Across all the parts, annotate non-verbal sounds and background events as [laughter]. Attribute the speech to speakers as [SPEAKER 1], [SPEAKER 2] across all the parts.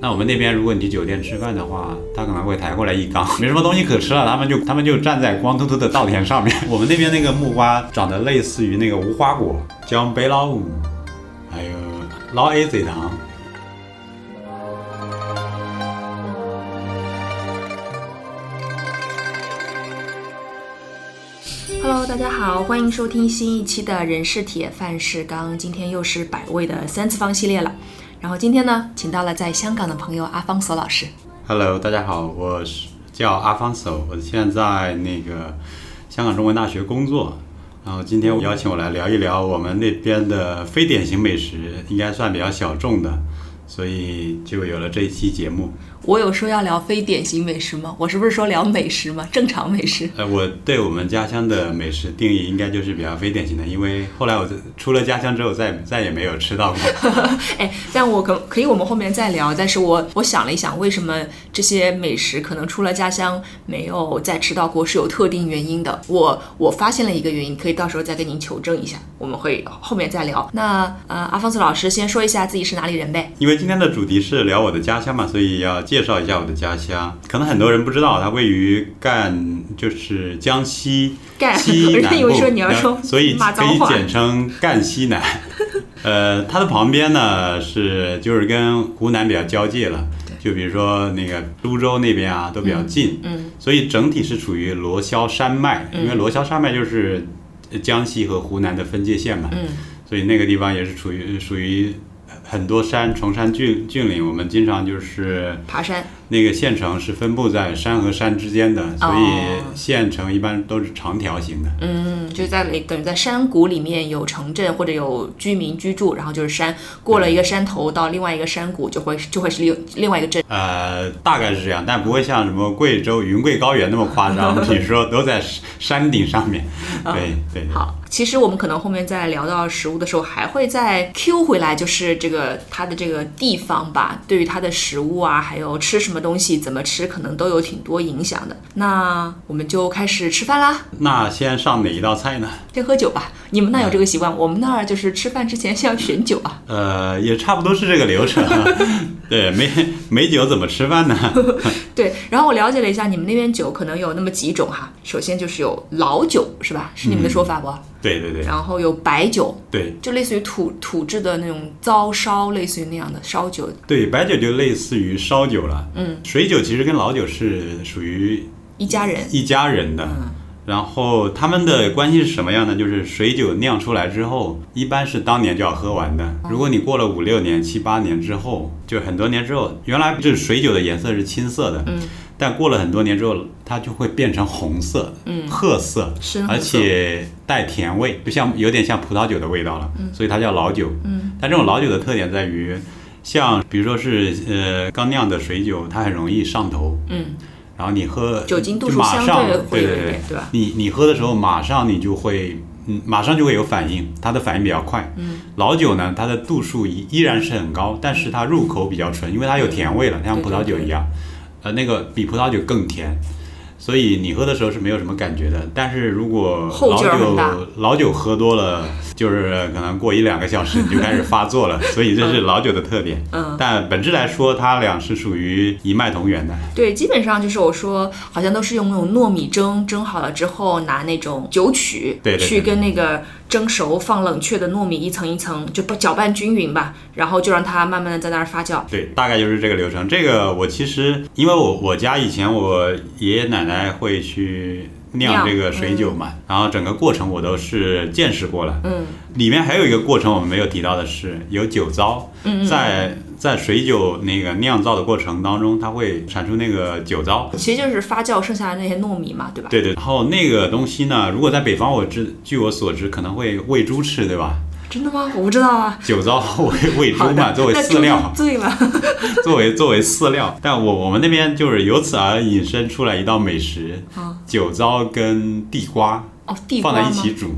[SPEAKER 1] 那我们那边如果你去酒店吃饭的话，他可能会抬过来一 [laughs] 缸，没什么东西可吃了，他们就他们就站在光秃秃的稻田上面。 [laughs] 我们那边那个木瓜长得类似于那个无花果，叫白老五，还有老 A 嘴糖。
[SPEAKER 2] Hello，大家好，欢迎收听新一期的人是铁，饭是钢，今天又是百味的三次方系列了。然后今天呢，请到了在香港的朋友阿方索老师。
[SPEAKER 1] Hello，大家好，我是叫阿方手，我现在那个香港中文大学工作。然后今天我邀请我来聊一聊我们那边的非典型美食，应该算比较小众的，所以就有了这一期节目。
[SPEAKER 2] 我有说要聊非典型美食吗？我是不是说聊美食吗？正常美食。
[SPEAKER 1] 呃，我对我们家乡的美食定义应该就是比较非典型的，因为后来我就出了家乡之后再再也没有吃到过。
[SPEAKER 2] 哎，但我可可以，我们后面再聊。但是我我想了一想，为什么这些美食可能出了家乡没有再吃到过，是有特定原因的。我我发现了一个原因，可以到时候再跟您求证一下，我们会后面再聊。那呃，阿方索老师先说一下自己是哪里人呗。
[SPEAKER 1] 因为今天的主题是聊我的家乡嘛，所以要介绍一下我的家乡。可能很多人不知道，它位于赣，就是江西
[SPEAKER 2] 干，
[SPEAKER 1] 西
[SPEAKER 2] 我
[SPEAKER 1] 南
[SPEAKER 2] 还以
[SPEAKER 1] 部，
[SPEAKER 2] 为说你要
[SPEAKER 1] 呃
[SPEAKER 2] 说
[SPEAKER 1] 所以
[SPEAKER 2] 骂
[SPEAKER 1] 可
[SPEAKER 2] 脏
[SPEAKER 1] 以
[SPEAKER 2] 话。
[SPEAKER 1] 简称赣西
[SPEAKER 2] [laughs]
[SPEAKER 1] 南。呃，它的旁边呢是就是跟湖南比较交界了，就比如说那个株洲那边啊都比较近，
[SPEAKER 2] 嗯，
[SPEAKER 1] 所以整体是处于罗霄山脉，因为罗霄山脉就是江西和湖南的分界线嘛，
[SPEAKER 2] 嗯，
[SPEAKER 1] 所以那个地方也是处于属于很多山崇山峻峻岭，我们经常就是
[SPEAKER 2] 爬山。
[SPEAKER 1] 那个县城是分布在山和山之间的，所
[SPEAKER 2] 哦
[SPEAKER 1] 以县城一般都是长条形的。
[SPEAKER 2] 嗯，就是在那等于在山谷里面有城镇或者有居民居住，然后就是山过了一个山头到另外一个山谷就会就会是另另外一个镇。
[SPEAKER 1] 呃，大概是这样，但不会像什么贵州云贵高原那么夸
[SPEAKER 2] [laughs]
[SPEAKER 1] 张。比如说，都在山顶上面。对对，
[SPEAKER 2] 哦好，其实我们可能后面在聊到食物的时候，还会再 Q 回来，就是这个它的这个地方吧，对于它的食物啊，还有吃什么东西、怎么吃，可能都有挺多影响的。那我们就开始吃饭啦，
[SPEAKER 1] 那先上哪一道菜呢？
[SPEAKER 2] 先喝酒吧。你们那有这个习惯，我们那儿就是吃饭之前先要选酒啊。
[SPEAKER 1] 呃，也差不多是这个流
[SPEAKER 2] [laughs]
[SPEAKER 1] 程。对，没没酒怎么吃饭呢？
[SPEAKER 2] 对，然后我了解了一下，你们那边酒可能有那么几种哈。首先就是有老酒，是吧？是你
[SPEAKER 1] 嗯
[SPEAKER 2] 们的说法不？
[SPEAKER 1] 对对对
[SPEAKER 2] 然后有白酒，
[SPEAKER 1] 对
[SPEAKER 2] 就类似于土土制的那种糟烧，类似于那样的烧酒。
[SPEAKER 1] 对，白酒就类似于烧酒了。
[SPEAKER 2] 嗯，
[SPEAKER 1] 水酒其实跟老酒是属于
[SPEAKER 2] 一家人，嗯
[SPEAKER 1] 一家人的。然后他们的关系是什么样呢？就是水酒酿出来之后，一般是当年就要喝完的。
[SPEAKER 2] 嗯
[SPEAKER 1] 如果你过了五六年、七八年之后，就很多年之后，原来这水酒的颜色是青色的，
[SPEAKER 2] 嗯
[SPEAKER 1] 但过了很多年之后，它就会变成红色、
[SPEAKER 2] 嗯
[SPEAKER 1] 褐色，
[SPEAKER 2] 深红色
[SPEAKER 1] 而且带甜味，就像有点像葡萄酒的味道了，所以它叫老酒。
[SPEAKER 2] 嗯，
[SPEAKER 1] 但这种老酒的特点在于，像比如说是呃刚酿的水酒，它很容易上头，
[SPEAKER 2] 嗯，
[SPEAKER 1] 然后你喝
[SPEAKER 2] 酒精度
[SPEAKER 1] 就
[SPEAKER 2] 数
[SPEAKER 1] 马
[SPEAKER 2] 相
[SPEAKER 1] 上
[SPEAKER 2] 对会
[SPEAKER 1] 对
[SPEAKER 2] 有一
[SPEAKER 1] 对
[SPEAKER 2] 点对吧
[SPEAKER 1] 你你喝的时候，马上你就会，嗯，马上就会有反应，它的反应比较快。嗯，老酒呢，它的度数依依然是很高，但是它入口比较纯，因为它有甜味了，像葡萄酒一样，呃，那个比葡萄酒更甜。所以你喝的时候是没有什么感觉的，但是如果
[SPEAKER 2] 后
[SPEAKER 1] 老
[SPEAKER 2] 劲儿很大
[SPEAKER 1] 酒老酒喝多了，就是可能过一两个小时你就开始发作了，所以这是老酒的特点。
[SPEAKER 2] 嗯，
[SPEAKER 1] 但本质来说，它俩是属于一脉同源的。
[SPEAKER 2] 对，基本上就是我说，好像都是用那种糯米蒸，蒸好了之后拿那种酒曲
[SPEAKER 1] 对对对
[SPEAKER 2] 去跟那个蒸熟放冷却的糯米一层一层就搅拌均匀吧，然后就让它慢慢的在那儿发酵。
[SPEAKER 1] 对，大概就是这个流程。这个我其实因为我我家以前我爷爷奶奶会去酿
[SPEAKER 2] 酿
[SPEAKER 1] 这个水酒嘛，然后整个过程我都是见识过了。
[SPEAKER 2] 嗯，
[SPEAKER 1] 里面还有一个过程我们没有提到的是有酒糟，
[SPEAKER 2] 嗯
[SPEAKER 1] 在在水酒那个酿造的过程当中，它会产出那个酒糟。
[SPEAKER 2] 其实就是发酵剩下的那些糯米嘛，对吧？
[SPEAKER 1] 对对，然后那个东西呢，如果在北方，我知据我所知可能会喂猪吃，对吧？
[SPEAKER 2] 真的吗？我不知道啊。
[SPEAKER 1] 酒糟喂喂猪
[SPEAKER 2] 好
[SPEAKER 1] 嘛，
[SPEAKER 2] 的，
[SPEAKER 1] 作为
[SPEAKER 2] 那
[SPEAKER 1] 饲料。
[SPEAKER 2] 猪就醉了。
[SPEAKER 1] [laughs] 作为作为饲料，但我我们那边就是由此而引申出来一道美食，
[SPEAKER 2] 啊
[SPEAKER 1] 酒糟跟地瓜
[SPEAKER 2] [laughs] 哦，地瓜
[SPEAKER 1] 放在一
[SPEAKER 2] 吗
[SPEAKER 1] 起煮，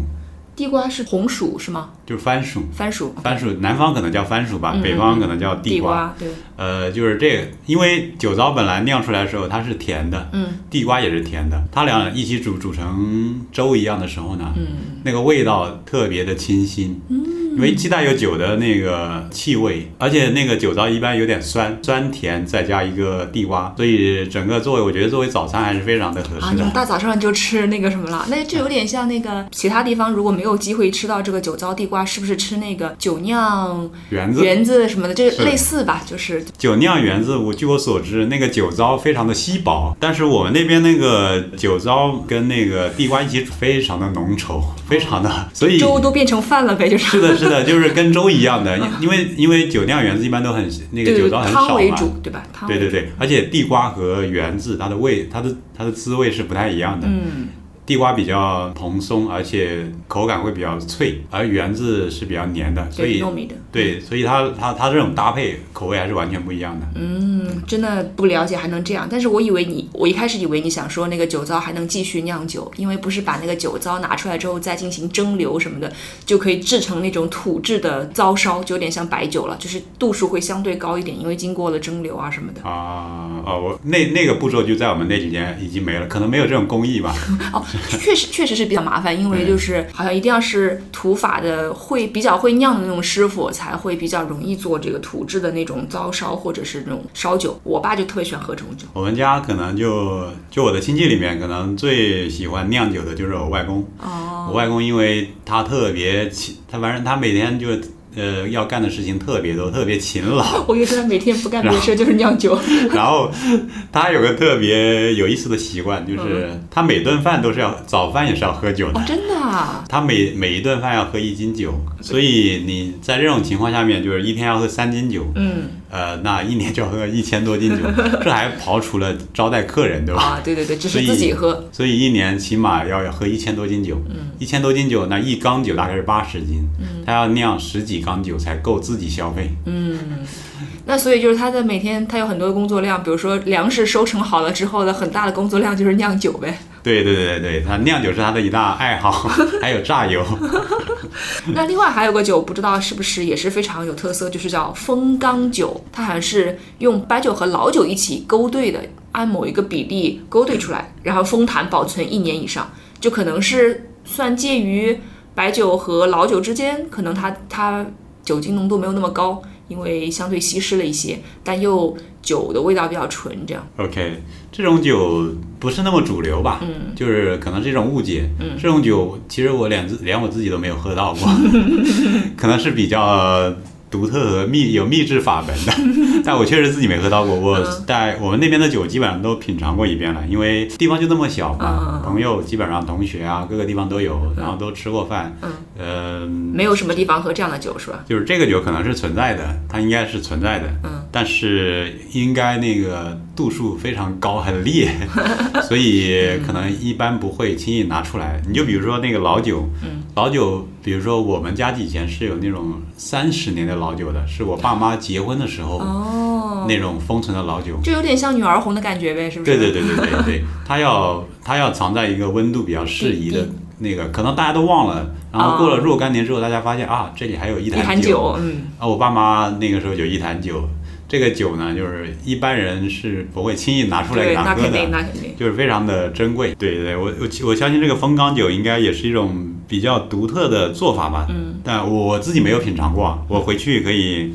[SPEAKER 2] 地瓜是红薯是吗？
[SPEAKER 1] 就是番薯。
[SPEAKER 2] 番薯。
[SPEAKER 1] 番薯，南方可能叫番薯吧，北方可能叫啊地
[SPEAKER 2] 嗯地
[SPEAKER 1] 瓜。
[SPEAKER 2] 瓜对，
[SPEAKER 1] 呃，就是这个，因为酒糟本来酿出来的时候它是甜的，
[SPEAKER 2] 嗯，
[SPEAKER 1] 地瓜也是甜的，它俩一起煮煮成粥一样的时候呢，嗯，那个味道特别的清新，嗯，因为鸡蛋有酒的那个气味，而且那个酒糟一般有点酸，酸甜再加一个地瓜，所以整个作为我觉得作为早餐还是非常的合
[SPEAKER 2] 啊，
[SPEAKER 1] 适
[SPEAKER 2] 你
[SPEAKER 1] 的。
[SPEAKER 2] 们大早上就吃那个什么了？那就有点像那个其他地方，如果没有机会吃到这个酒糟地瓜，是不是吃那个酒酿
[SPEAKER 1] 园子
[SPEAKER 2] 圆子什么的？就是
[SPEAKER 1] 是
[SPEAKER 2] 类似吧，就是
[SPEAKER 1] 酒酿园子，我据我所知，那个酒糟非常的稀薄，但是我们那边那个酒糟跟那个地瓜一起煮，非常的浓稠， [laughs] 非常的，所以
[SPEAKER 2] 粥都变成饭了呗，就是
[SPEAKER 1] 是的，是的，就是跟粥一样的， [laughs] 因为因为酒酿园子一般都很那个
[SPEAKER 2] 对
[SPEAKER 1] 酒
[SPEAKER 2] 对
[SPEAKER 1] 糟很
[SPEAKER 2] 汤
[SPEAKER 1] 少
[SPEAKER 2] 为
[SPEAKER 1] 嘛，
[SPEAKER 2] 主，对吧？汤
[SPEAKER 1] 对
[SPEAKER 2] 为
[SPEAKER 1] 对
[SPEAKER 2] 主，
[SPEAKER 1] 对，而且地瓜和圆子它的味，它的它的滋味是不太一样的。
[SPEAKER 2] 嗯，
[SPEAKER 1] 地瓜比较蓬松，而且口感会比较脆，而圆子是比较黏的，所
[SPEAKER 2] 对
[SPEAKER 1] 以
[SPEAKER 2] 糯米的。
[SPEAKER 1] 对，所以它它它这种搭配口味还是完全不一样的。
[SPEAKER 2] 嗯，真的不了解还能这样，但是我以为你，我一开始以为你想说那个酒糟还能继续酿酒，因为不是把那个酒糟拿出来之后再进行蒸馏什么的，就可以制成那种土制的糟烧，就有点像白酒了，就是度数会相对高一点，因为经过了蒸馏啊什么的。
[SPEAKER 1] 啊哦，我那那个步骤就在我们那几年已经没了，可能没有这种工艺吧。
[SPEAKER 2] 哦， [laughs] 确实确实是比较麻烦，因为就是好像一定要是土法的会比较会酿的那种师傅才会比较容易做这个土制的那种糟烧或者是那种烧酒。我爸就特别喜欢喝这种酒。
[SPEAKER 1] 我们家可能就就我的亲戚里面，可能最喜欢酿酒的就是我外公。
[SPEAKER 2] 哦，
[SPEAKER 1] 我外公因为他特别勤，他反正他每天就是呃要干的事情特别多，特别勤劳。
[SPEAKER 2] [laughs]
[SPEAKER 1] [laughs]
[SPEAKER 2] 我以为他每天不干别的事就是酿酒。
[SPEAKER 1] 然后他有个特别有意思的习惯，就是他每顿饭都是要早饭也是要喝酒的
[SPEAKER 2] 哦，。真的啊？
[SPEAKER 1] 他每每一顿饭要喝一斤酒，所以你在这种情况下面，就是一天要喝三斤酒，
[SPEAKER 2] 嗯，
[SPEAKER 1] 呃，那一年就要喝一千多
[SPEAKER 2] [laughs]
[SPEAKER 1] 斤酒，这还刨除了招待客人，对吧？
[SPEAKER 2] 啊，对对对，只
[SPEAKER 1] 所
[SPEAKER 2] 是
[SPEAKER 1] 以
[SPEAKER 2] 自己喝。
[SPEAKER 1] 所以一年起码要要喝一千多斤酒，
[SPEAKER 2] 嗯
[SPEAKER 1] 一千多斤酒，那一缸酒大概是八十斤，他要酿十几缸酒才够自己消费。
[SPEAKER 2] 那所以就是他的每天他有很多工作量，比如说粮食收成好了之后的很大的工作量就是酿酒呗。
[SPEAKER 1] 对对对对，他酿酒是他的一大爱
[SPEAKER 2] [laughs]
[SPEAKER 1] 好，还有榨油。
[SPEAKER 2] 那另外还有个酒，不知道是不是也是非常有特色，就是叫风缸酒，它好像是用白酒和老酒一起勾兑的，按某一个比例勾兑出来，然后封坛保存一年以上，就可能是算介于白酒和老酒之间，可能它它酒精浓度没有那么高，因为相对稀释了一些，但又酒的味道比较纯，这样。
[SPEAKER 1] OK，这种酒不是那么主流吧？嗯，就是可能是一种误解。嗯，这种酒其实我连自连我自己都没有喝到 [laughs] 过，可能是比较呃独特和秘有秘制法门 [laughs] 的，但我确实自己没喝到过。我在我们那边的酒基本上都品尝过一遍了，因为地方就那么小嘛，朋友基本上同学啊各个地方都有，然后都吃过饭。嗯，呃，
[SPEAKER 2] 没有什么地方喝这样的酒是吧？
[SPEAKER 1] 就是这个酒可能是存在的，它应该是存在的，
[SPEAKER 2] 嗯，
[SPEAKER 1] 但是应该那个度数非常高，很
[SPEAKER 2] [laughs]
[SPEAKER 1] 烈，所以可能一般不会轻易拿出来。你就比如说那个老酒，嗯，老酒，比如说我们家以前是有那种三十年的老酒的，是我爸妈结婚的时候、
[SPEAKER 2] 哦，
[SPEAKER 1] 那种封存的老酒。
[SPEAKER 2] 就有点像女儿红的感觉呗，是不是？
[SPEAKER 1] 对对对对对
[SPEAKER 2] [laughs]
[SPEAKER 1] 对，它要它要藏在一个温度比较适宜的
[SPEAKER 2] 低
[SPEAKER 1] 那个，可能大家都忘了，然后过了若干年之后，大家发现啊，这里还有一
[SPEAKER 2] 哦一坛
[SPEAKER 1] 坛
[SPEAKER 2] 酒，嗯。
[SPEAKER 1] 啊，我爸妈那个时候有一坛酒，这个酒呢，就是一般人是不会轻易拿出来
[SPEAKER 2] 对，
[SPEAKER 1] 给
[SPEAKER 2] 那
[SPEAKER 1] 他喝
[SPEAKER 2] 肯定，
[SPEAKER 1] 的，
[SPEAKER 2] 那肯定。
[SPEAKER 1] 就是非常的珍贵。对对对，我我我相信这个风缸酒应该也是一种比较独特的做法吧。嗯，但我我自己没有品尝过，我回去可以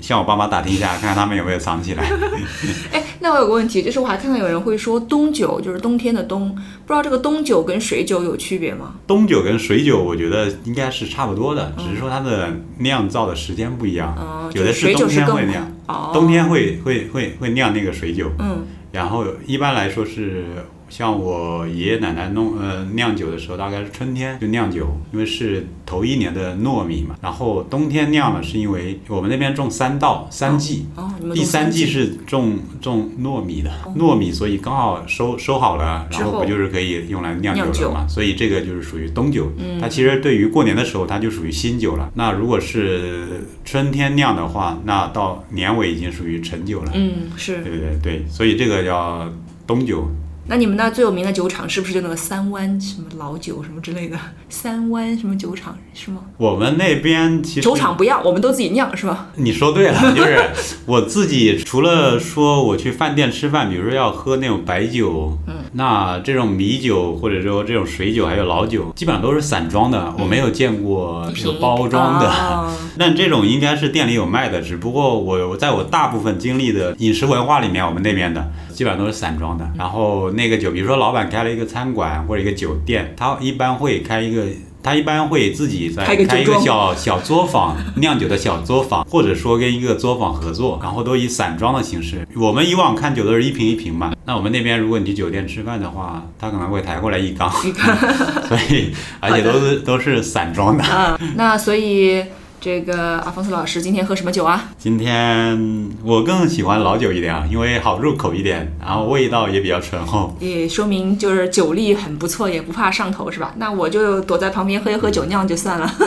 [SPEAKER 1] 向我爸妈打听一下，看看他们有没有藏起来。 [laughs]
[SPEAKER 2] 哎，那我有个问题，就是我还看到有人会说冬酒，就是冬天的冬，不知道这个冬酒跟水酒有区别吗？
[SPEAKER 1] 冬酒跟水酒，我觉得应该是差不多的，只是说它的酿造的时间不一样，
[SPEAKER 2] 嗯、
[SPEAKER 1] 有的
[SPEAKER 2] 就是水
[SPEAKER 1] 冬
[SPEAKER 2] 酒是
[SPEAKER 1] 天
[SPEAKER 2] 更
[SPEAKER 1] 会酿，
[SPEAKER 2] 哦，
[SPEAKER 1] 冬天会会会会酿那个水酒。
[SPEAKER 2] 嗯
[SPEAKER 1] 然后一般来说是像我爷爷奶奶弄呃酿酒的时候，大概是春天就酿酒，因为是头一年的糯米嘛。然后冬天酿了，是因为我们那边种三稻三季。
[SPEAKER 2] 哦，你们
[SPEAKER 1] 第
[SPEAKER 2] 冬
[SPEAKER 1] 三季
[SPEAKER 2] 季哦
[SPEAKER 1] 是种种糯米的，糯米，所以刚好收收好了，
[SPEAKER 2] 之
[SPEAKER 1] 然后
[SPEAKER 2] 后
[SPEAKER 1] 不就是可以用来酿
[SPEAKER 2] 酿
[SPEAKER 1] 酒
[SPEAKER 2] 酒嗯
[SPEAKER 1] 了嘛？所以这个就是属于冬酒。它其实对于过年的时候，它就属于新酒了。那如果是春天酿的话，那到年尾已经属于陈酒了。
[SPEAKER 2] 嗯是。
[SPEAKER 1] 对对对，所以这个叫冬酒。
[SPEAKER 2] 那你们那最有名的酒厂是不是就那个三湾什么老酒什么之类的？三湾什么酒厂是吗？
[SPEAKER 1] 我们那边其实
[SPEAKER 2] 酒厂不要，我们都自己酿是吧？
[SPEAKER 1] 你说对了，就是
[SPEAKER 2] [laughs]
[SPEAKER 1] 我自己除了说我去饭店吃饭，比如说要喝那种白酒，嗯，那这种米酒或者说这种水酒还有老酒，基本上都是散装的，我没有见过
[SPEAKER 2] 一
[SPEAKER 1] 有
[SPEAKER 2] 瓶
[SPEAKER 1] 包装的。
[SPEAKER 2] 啊
[SPEAKER 1] 但这种应该是店里有卖的，只不过我我在我大部分经历的饮食文化里面，我们那边的基本上都是散装的。然后那个酒，比如说老板开了一个餐馆或者一个酒店，他一般会开一个。他一般会自己在
[SPEAKER 2] 开
[SPEAKER 1] 开
[SPEAKER 2] 一个酒
[SPEAKER 1] 一个
[SPEAKER 2] 庄
[SPEAKER 1] 小小作坊，酿酒的小作坊，或者说跟一个作坊合作，然后都以散装的形式。我们以往看酒都是一瓶一瓶嘛，那我们那边如果你去酒店吃饭的话，他可能会抬过来一缸， [laughs] 所以而且都是都是散装的。
[SPEAKER 2] 啊，那所以这个阿方索老师今天喝什么酒啊？
[SPEAKER 1] 今天我更喜欢老酒一点啊，因为好入口一点，然后味道也比较醇厚。
[SPEAKER 2] 也说明就是酒力很不错，也不怕上头，是吧？那我就躲在旁边喝一喝酒酿就算了。 [laughs]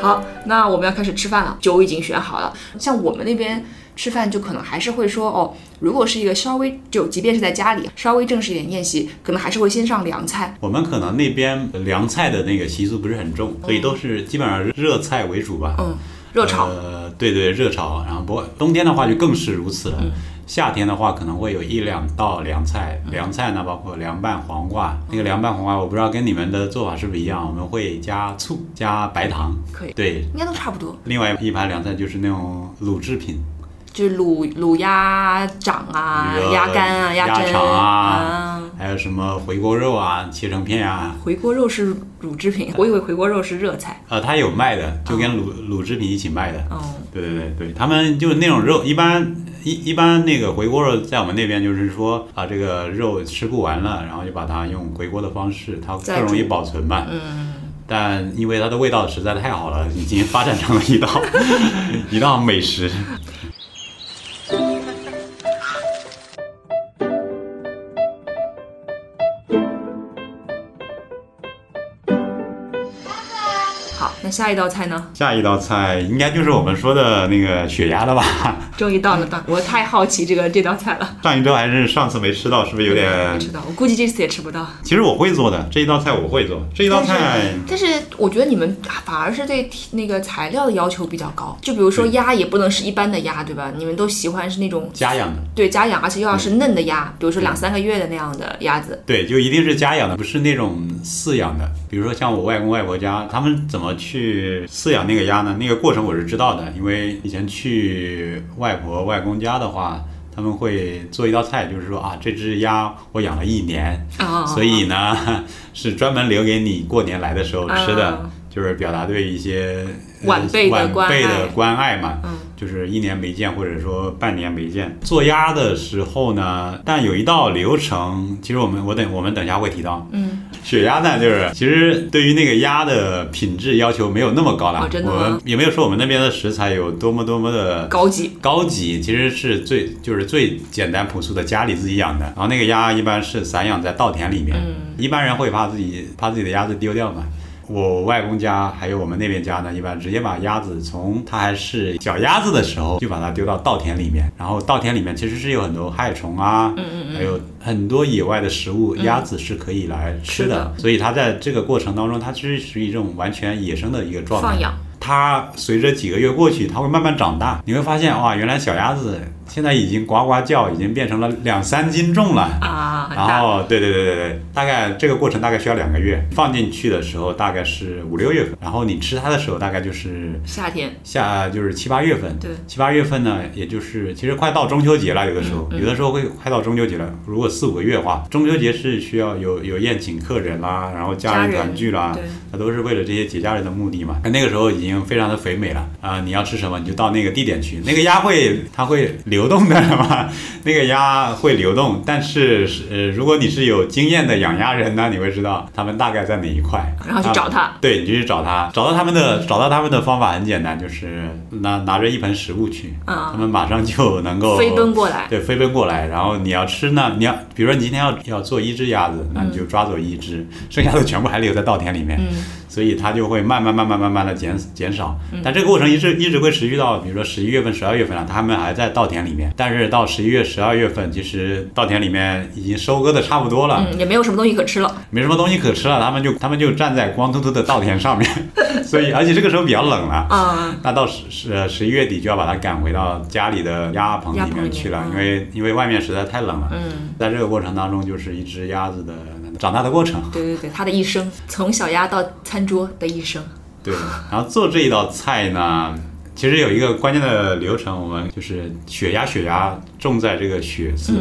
[SPEAKER 2] 好，那我们要开始吃饭了，酒已经选好了。像我们那边吃饭，就可能还是会说哦，如果是一个稍微就即便是在家里稍微正式一点宴席，可能还是会先上凉菜。
[SPEAKER 1] 我们可能那边凉菜的那个习俗不是很重，所以都是基本上热菜为主吧。
[SPEAKER 2] 嗯，热炒、
[SPEAKER 1] 呃，对对，热炒。然后不过冬天的话就更是如此了。
[SPEAKER 2] 嗯
[SPEAKER 1] 夏天的话可能会有一两道凉菜，凉菜呢包括凉拌黄瓜。那个凉拌黄瓜，我不知道跟你们的做法是不是一样，我们会加醋加白糖。
[SPEAKER 2] 可以，
[SPEAKER 1] 对，
[SPEAKER 2] 应该都差不多，
[SPEAKER 1] 另外一盘凉菜就是那种卤制品。
[SPEAKER 2] 就是卤卤鸭掌啊、
[SPEAKER 1] 呃
[SPEAKER 2] 鸭肝啊、
[SPEAKER 1] 鸭
[SPEAKER 2] 胗
[SPEAKER 1] 肠啊
[SPEAKER 2] 啊
[SPEAKER 1] 还有什么回锅肉啊，切成片啊，
[SPEAKER 2] 回锅肉是乳
[SPEAKER 1] [laughs]
[SPEAKER 2] 制品，我以为回锅肉是热菜。
[SPEAKER 1] 呃，它有卖的，就跟
[SPEAKER 2] 哦
[SPEAKER 1] 卤、卤制品一起卖的。
[SPEAKER 2] 嗯，
[SPEAKER 1] 对对对对，他们就是那种肉，一般一一般那个回锅肉在我们那边就是说啊，这个肉吃不完了，然后就把它用回锅的方式，它
[SPEAKER 2] 再
[SPEAKER 1] 更容易
[SPEAKER 2] 煮
[SPEAKER 1] 保存嘛。嗯。但因为它的味道实在太好了， [laughs] 已经发展成了一道 [laughs] 一道美食。
[SPEAKER 2] 好，那下一道菜呢？
[SPEAKER 1] 下一道菜应该就是我们说的那个血鸭了吧？
[SPEAKER 2] 终于到了，
[SPEAKER 1] 嗯
[SPEAKER 2] 到我太好奇这个这道菜了，
[SPEAKER 1] 上一周还是上次没吃到，是不是有点
[SPEAKER 2] 不知道，我估计这次也吃不到。
[SPEAKER 1] 其实我会做的这一道菜我会做，这一道菜
[SPEAKER 2] 但是我觉得你们反而是对那个材料的要求比较高，就比如说
[SPEAKER 1] 对
[SPEAKER 2] 鸭也不能是一般的鸭，对吧？你们都喜欢是那种
[SPEAKER 1] 家养的，
[SPEAKER 2] 对家养，而且又要是嫩的鸭，比如说两三个月的那样的鸭子。
[SPEAKER 1] 对，就一定是家养的，不是那种饲养的。比如说像我外公外婆家，他们怎么去饲养那个鸭呢？那个过程我是知道的，因为以前去外婆外公家的话。他们会做一道菜，就是说啊，这只鸭我养了一年，
[SPEAKER 2] 啊
[SPEAKER 1] 所以呢 [laughs] 是专门留给你过年来的时候吃的，
[SPEAKER 2] 啊
[SPEAKER 1] 就是表达对一些呃
[SPEAKER 2] 晚辈的
[SPEAKER 1] 晚
[SPEAKER 2] 关
[SPEAKER 1] 辈
[SPEAKER 2] 爱
[SPEAKER 1] 的关爱嘛。
[SPEAKER 2] 嗯
[SPEAKER 1] 就是一年没见，或者说半年没见。做鸭的时候呢，但有一道流程，其实我们我等我们等一下会提到。
[SPEAKER 2] 嗯，
[SPEAKER 1] 血鸭蛋就是，其实对于那个鸭的品质要求没有那么高啦。
[SPEAKER 2] 哦真的
[SPEAKER 1] 我
[SPEAKER 2] 吗
[SPEAKER 1] 们也没有说我们那边的食材有多么多么的
[SPEAKER 2] 高级，
[SPEAKER 1] 高级其实是最就是最简单朴素的家里自己养的，然后那个鸭一般是散养在稻田里面，
[SPEAKER 2] 嗯
[SPEAKER 1] 一般人会怕自己怕自己的鸭子丢掉嘛。我外公家还有我们那边家呢，一般直接把鸭子从它还是小鸭子的时候就把它丢到稻田里面，然后稻田里面其实是有很多害虫啊，
[SPEAKER 2] 嗯
[SPEAKER 1] 还有很多野外的食物，鸭子是可以来吃
[SPEAKER 2] 是
[SPEAKER 1] 的，
[SPEAKER 2] 的
[SPEAKER 1] 所以它在这个过程当中，它其实是一种完全野生的一个状态。
[SPEAKER 2] 放养。
[SPEAKER 1] 它随着几个月过去，它会慢慢长大，你会发现哇，原来小鸭子现在已经呱呱叫，已经变成了两三斤重了。
[SPEAKER 2] 啊，很
[SPEAKER 1] 然
[SPEAKER 2] 大。
[SPEAKER 1] 后，对对对对对，大概这个过程大概需要两个月，放进去的时候大概是五六月份，然后你吃它的时候大概就是
[SPEAKER 2] 夏天，
[SPEAKER 1] 下就是七八月份，
[SPEAKER 2] 对
[SPEAKER 1] 七八月份呢，也就是其实快到中秋节了，有的时候、
[SPEAKER 2] 嗯
[SPEAKER 1] 有的时候会快到中秋节了，如果四五个月的话，中秋节是需要有有宴请客人啦，然后
[SPEAKER 2] 家
[SPEAKER 1] 家人
[SPEAKER 2] 人
[SPEAKER 1] 团聚啦，
[SPEAKER 2] 对
[SPEAKER 1] 那都是为了这些节假日的目的嘛。那那个时候已经非常的肥美了啊、你要吃什么你就到那个地点去。那个鸭会它会流动的嘛，那个鸭会流动，但是呃，如果你是有经验的养鸭人呢，你会知道它们大概在哪一块，
[SPEAKER 2] 然后去找它
[SPEAKER 1] 对你就去找他，找到他们的找到他们的方法很简单，就是拿拿着一盆食物去，
[SPEAKER 2] 啊
[SPEAKER 1] 他们马上就能够
[SPEAKER 2] 飞奔过来
[SPEAKER 1] 对，飞奔过来。然后你要吃呢，你要
[SPEAKER 2] 嗯
[SPEAKER 1] [laughs] 比如说你今天要要做一只鸭子，那你就抓走一只，剩下的全部还留在稻田里面。所以它就会慢慢慢慢慢慢的减减少。
[SPEAKER 2] 嗯
[SPEAKER 1] 但这个过程一直一直会持续到，比如说十一月份、十二月份啊，它们还在稻田里面。但是到十一月、十二月份，其实稻田里面已经收割的差不多了，
[SPEAKER 2] 嗯，也没有什么东西可吃了。
[SPEAKER 1] 没什么东西可吃了，它们就它们就站在光秃秃的稻田上面， [laughs] 所以而且这个时候比较冷了，
[SPEAKER 2] 啊，
[SPEAKER 1] 那到十十十一月底就要把它赶回到家里的鸭棚里面去了
[SPEAKER 2] 鸭棚里面，
[SPEAKER 1] 因为因为外面实在太冷了。
[SPEAKER 2] 嗯，
[SPEAKER 1] 在这个过程当中，就是一只鸭子的长大的过程。
[SPEAKER 2] 对对对，他的一生，从小鸭到餐桌的一生，
[SPEAKER 1] 对，然后做这一道菜呢，其实有一个关键的流程，我们就是血压，血压重在这个血字。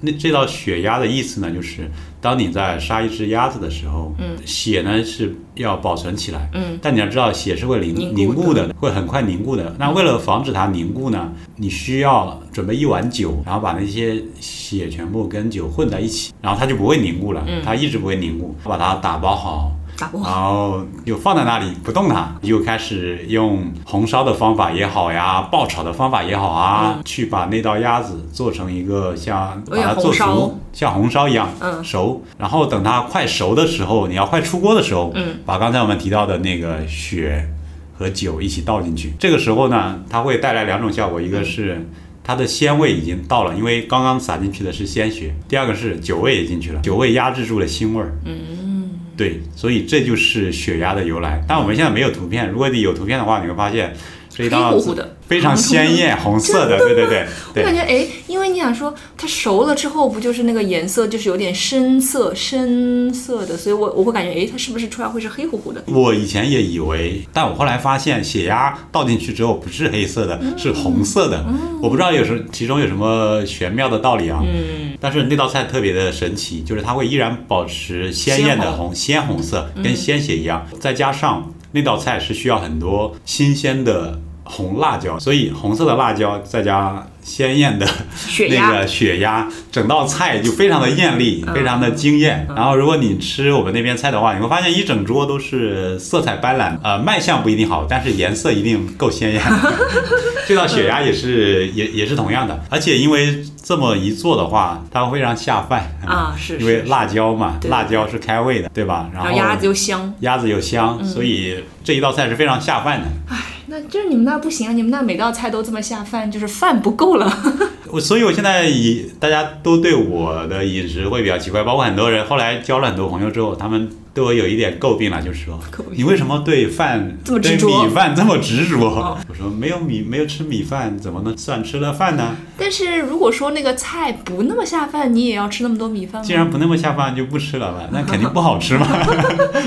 [SPEAKER 1] 那这道血压的意思呢，就是当你在杀一只鸭子的时候，嗯，血呢是要保存起来，
[SPEAKER 2] 嗯，
[SPEAKER 1] 但你要知道血是会凝
[SPEAKER 2] 凝
[SPEAKER 1] 凝
[SPEAKER 2] 固
[SPEAKER 1] 固的，会很快凝固的。那为了防止它凝固呢，你需要准备一碗酒，然后把那些血全部跟酒混在一起，然后它就不会凝固了，它一直不会凝固，把它打包好。
[SPEAKER 2] 打不
[SPEAKER 1] 然
[SPEAKER 2] 好。
[SPEAKER 1] 后就放在那里不动它，又开始用红烧的方法也好呀，爆炒的方法也好啊，去把那道鸭子做成一个像
[SPEAKER 2] 嗯
[SPEAKER 1] 把
[SPEAKER 2] 有点
[SPEAKER 1] 它做
[SPEAKER 2] 红烧
[SPEAKER 1] 熟，像红烧一样、
[SPEAKER 2] 嗯
[SPEAKER 1] 熟。然后等它快熟的时候，你要快出锅的时候，
[SPEAKER 2] 嗯
[SPEAKER 1] 把刚才我们提到的那个血和酒一起倒进去。这个时候呢，它会带来两种效果，
[SPEAKER 2] 嗯
[SPEAKER 1] 一个是。它的鲜味已经到了，因为刚刚撒进去的是鲜血。第二个是酒味也进去了，酒味压制住了腥味儿。
[SPEAKER 2] 嗯
[SPEAKER 1] 对，所以这就是血压的由来。但我们现在没有图片，如果你有图片的话，你会发现这一道
[SPEAKER 2] 黑乎乎的
[SPEAKER 1] 非常鲜艳，红色的，对对对
[SPEAKER 2] 我感
[SPEAKER 1] 对
[SPEAKER 2] 觉哎，因为你想说它熟了之后，不就是那个颜色就是有点深色深色的，所以我我会感觉哎，它是不是出来会是黑乎乎的？
[SPEAKER 1] 我以前也以为，但我后来发现血压倒进去之后不是黑色的，
[SPEAKER 2] 嗯
[SPEAKER 1] 是红色的。我不知道有什么其中有什么玄妙的道理啊。嗯。但是那道菜特别的神奇，就是它会依然保持鲜艳的
[SPEAKER 2] 鲜红嗯
[SPEAKER 1] 红鲜红色，跟鲜血一样。再加上那道菜是需要很多新鲜的红辣椒，所以红色的辣椒再加鲜艳的
[SPEAKER 2] 血嗯
[SPEAKER 1] 那
[SPEAKER 2] 鸭
[SPEAKER 1] 个血鸭，整道菜就非常的艳丽，非常的惊艳。
[SPEAKER 2] 嗯
[SPEAKER 1] 然后如果你吃我们那边菜的话，你会发现一整桌都是色彩斑斓，呃，卖相不一定好，但是颜色一定够鲜
[SPEAKER 2] [laughs]
[SPEAKER 1] 艳。这道血鸭也是也也是同样的，而且因为这么一做的话，它会让下饭
[SPEAKER 2] 啊是
[SPEAKER 1] 嗯因为
[SPEAKER 2] 是是
[SPEAKER 1] 辣椒嘛，
[SPEAKER 2] 对
[SPEAKER 1] 辣椒是开胃的，对吧？然
[SPEAKER 2] 然
[SPEAKER 1] 后
[SPEAKER 2] 后鸭子又嗯香，
[SPEAKER 1] 鸭子又香，所以这一道菜是非常下饭的。
[SPEAKER 2] 那就是你们那不行啊，你们那每道菜都这么下饭，就是饭不够了。 [laughs]
[SPEAKER 1] 我所以，我现在以大家都对我的饮食会比较奇怪，包括很多人后来交了很多朋友之后，他们对我有一点诟病了，就是说
[SPEAKER 2] 诟病
[SPEAKER 1] 你为什么对饭
[SPEAKER 2] [laughs] 这么
[SPEAKER 1] 对
[SPEAKER 2] 执着哦
[SPEAKER 1] 米饭这么执着？我说没有米没有吃米饭，怎么能算吃了饭呢？
[SPEAKER 2] 但是如果说那个菜不那么下饭，你也要吃那么多米饭吗？
[SPEAKER 1] 既然不那么下饭，就不吃了吧，那肯定不好吃嘛。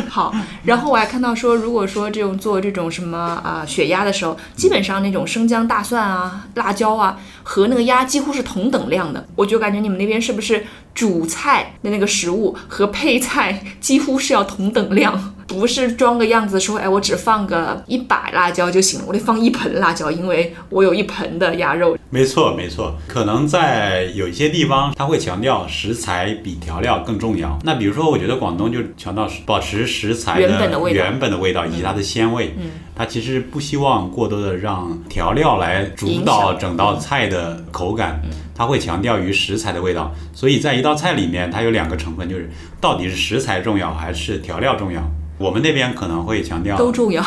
[SPEAKER 2] 好，然后我还看到说，如果说这种做这种什么啊、血鸭的时候，基本上那种生姜、大蒜啊、辣椒啊和那个鸭几乎是同等量的。我就感觉你们那边是不是主菜的那个食物和配菜几乎是要同等量？不是装个样子说，哎，我只放个一把辣椒就行了，我得放一盆辣椒，因为我有一盆的鸭肉。
[SPEAKER 1] 没错，没错，可能在有一些地方，它会强调食材比调料更重要。那比如说，我觉得广东就强调保持食材
[SPEAKER 2] 原本的味道
[SPEAKER 1] 原本的味道以及它的鲜味。嗯，它其实不希望过多的让调料来主导
[SPEAKER 2] 影响
[SPEAKER 1] 整道菜的口感，
[SPEAKER 2] 嗯
[SPEAKER 1] 它会强调于食材的味道。所以在一道菜里面，它有两个成分，就是到底是食材重要还是调料重要。我们那边可能会强调
[SPEAKER 2] 都重要，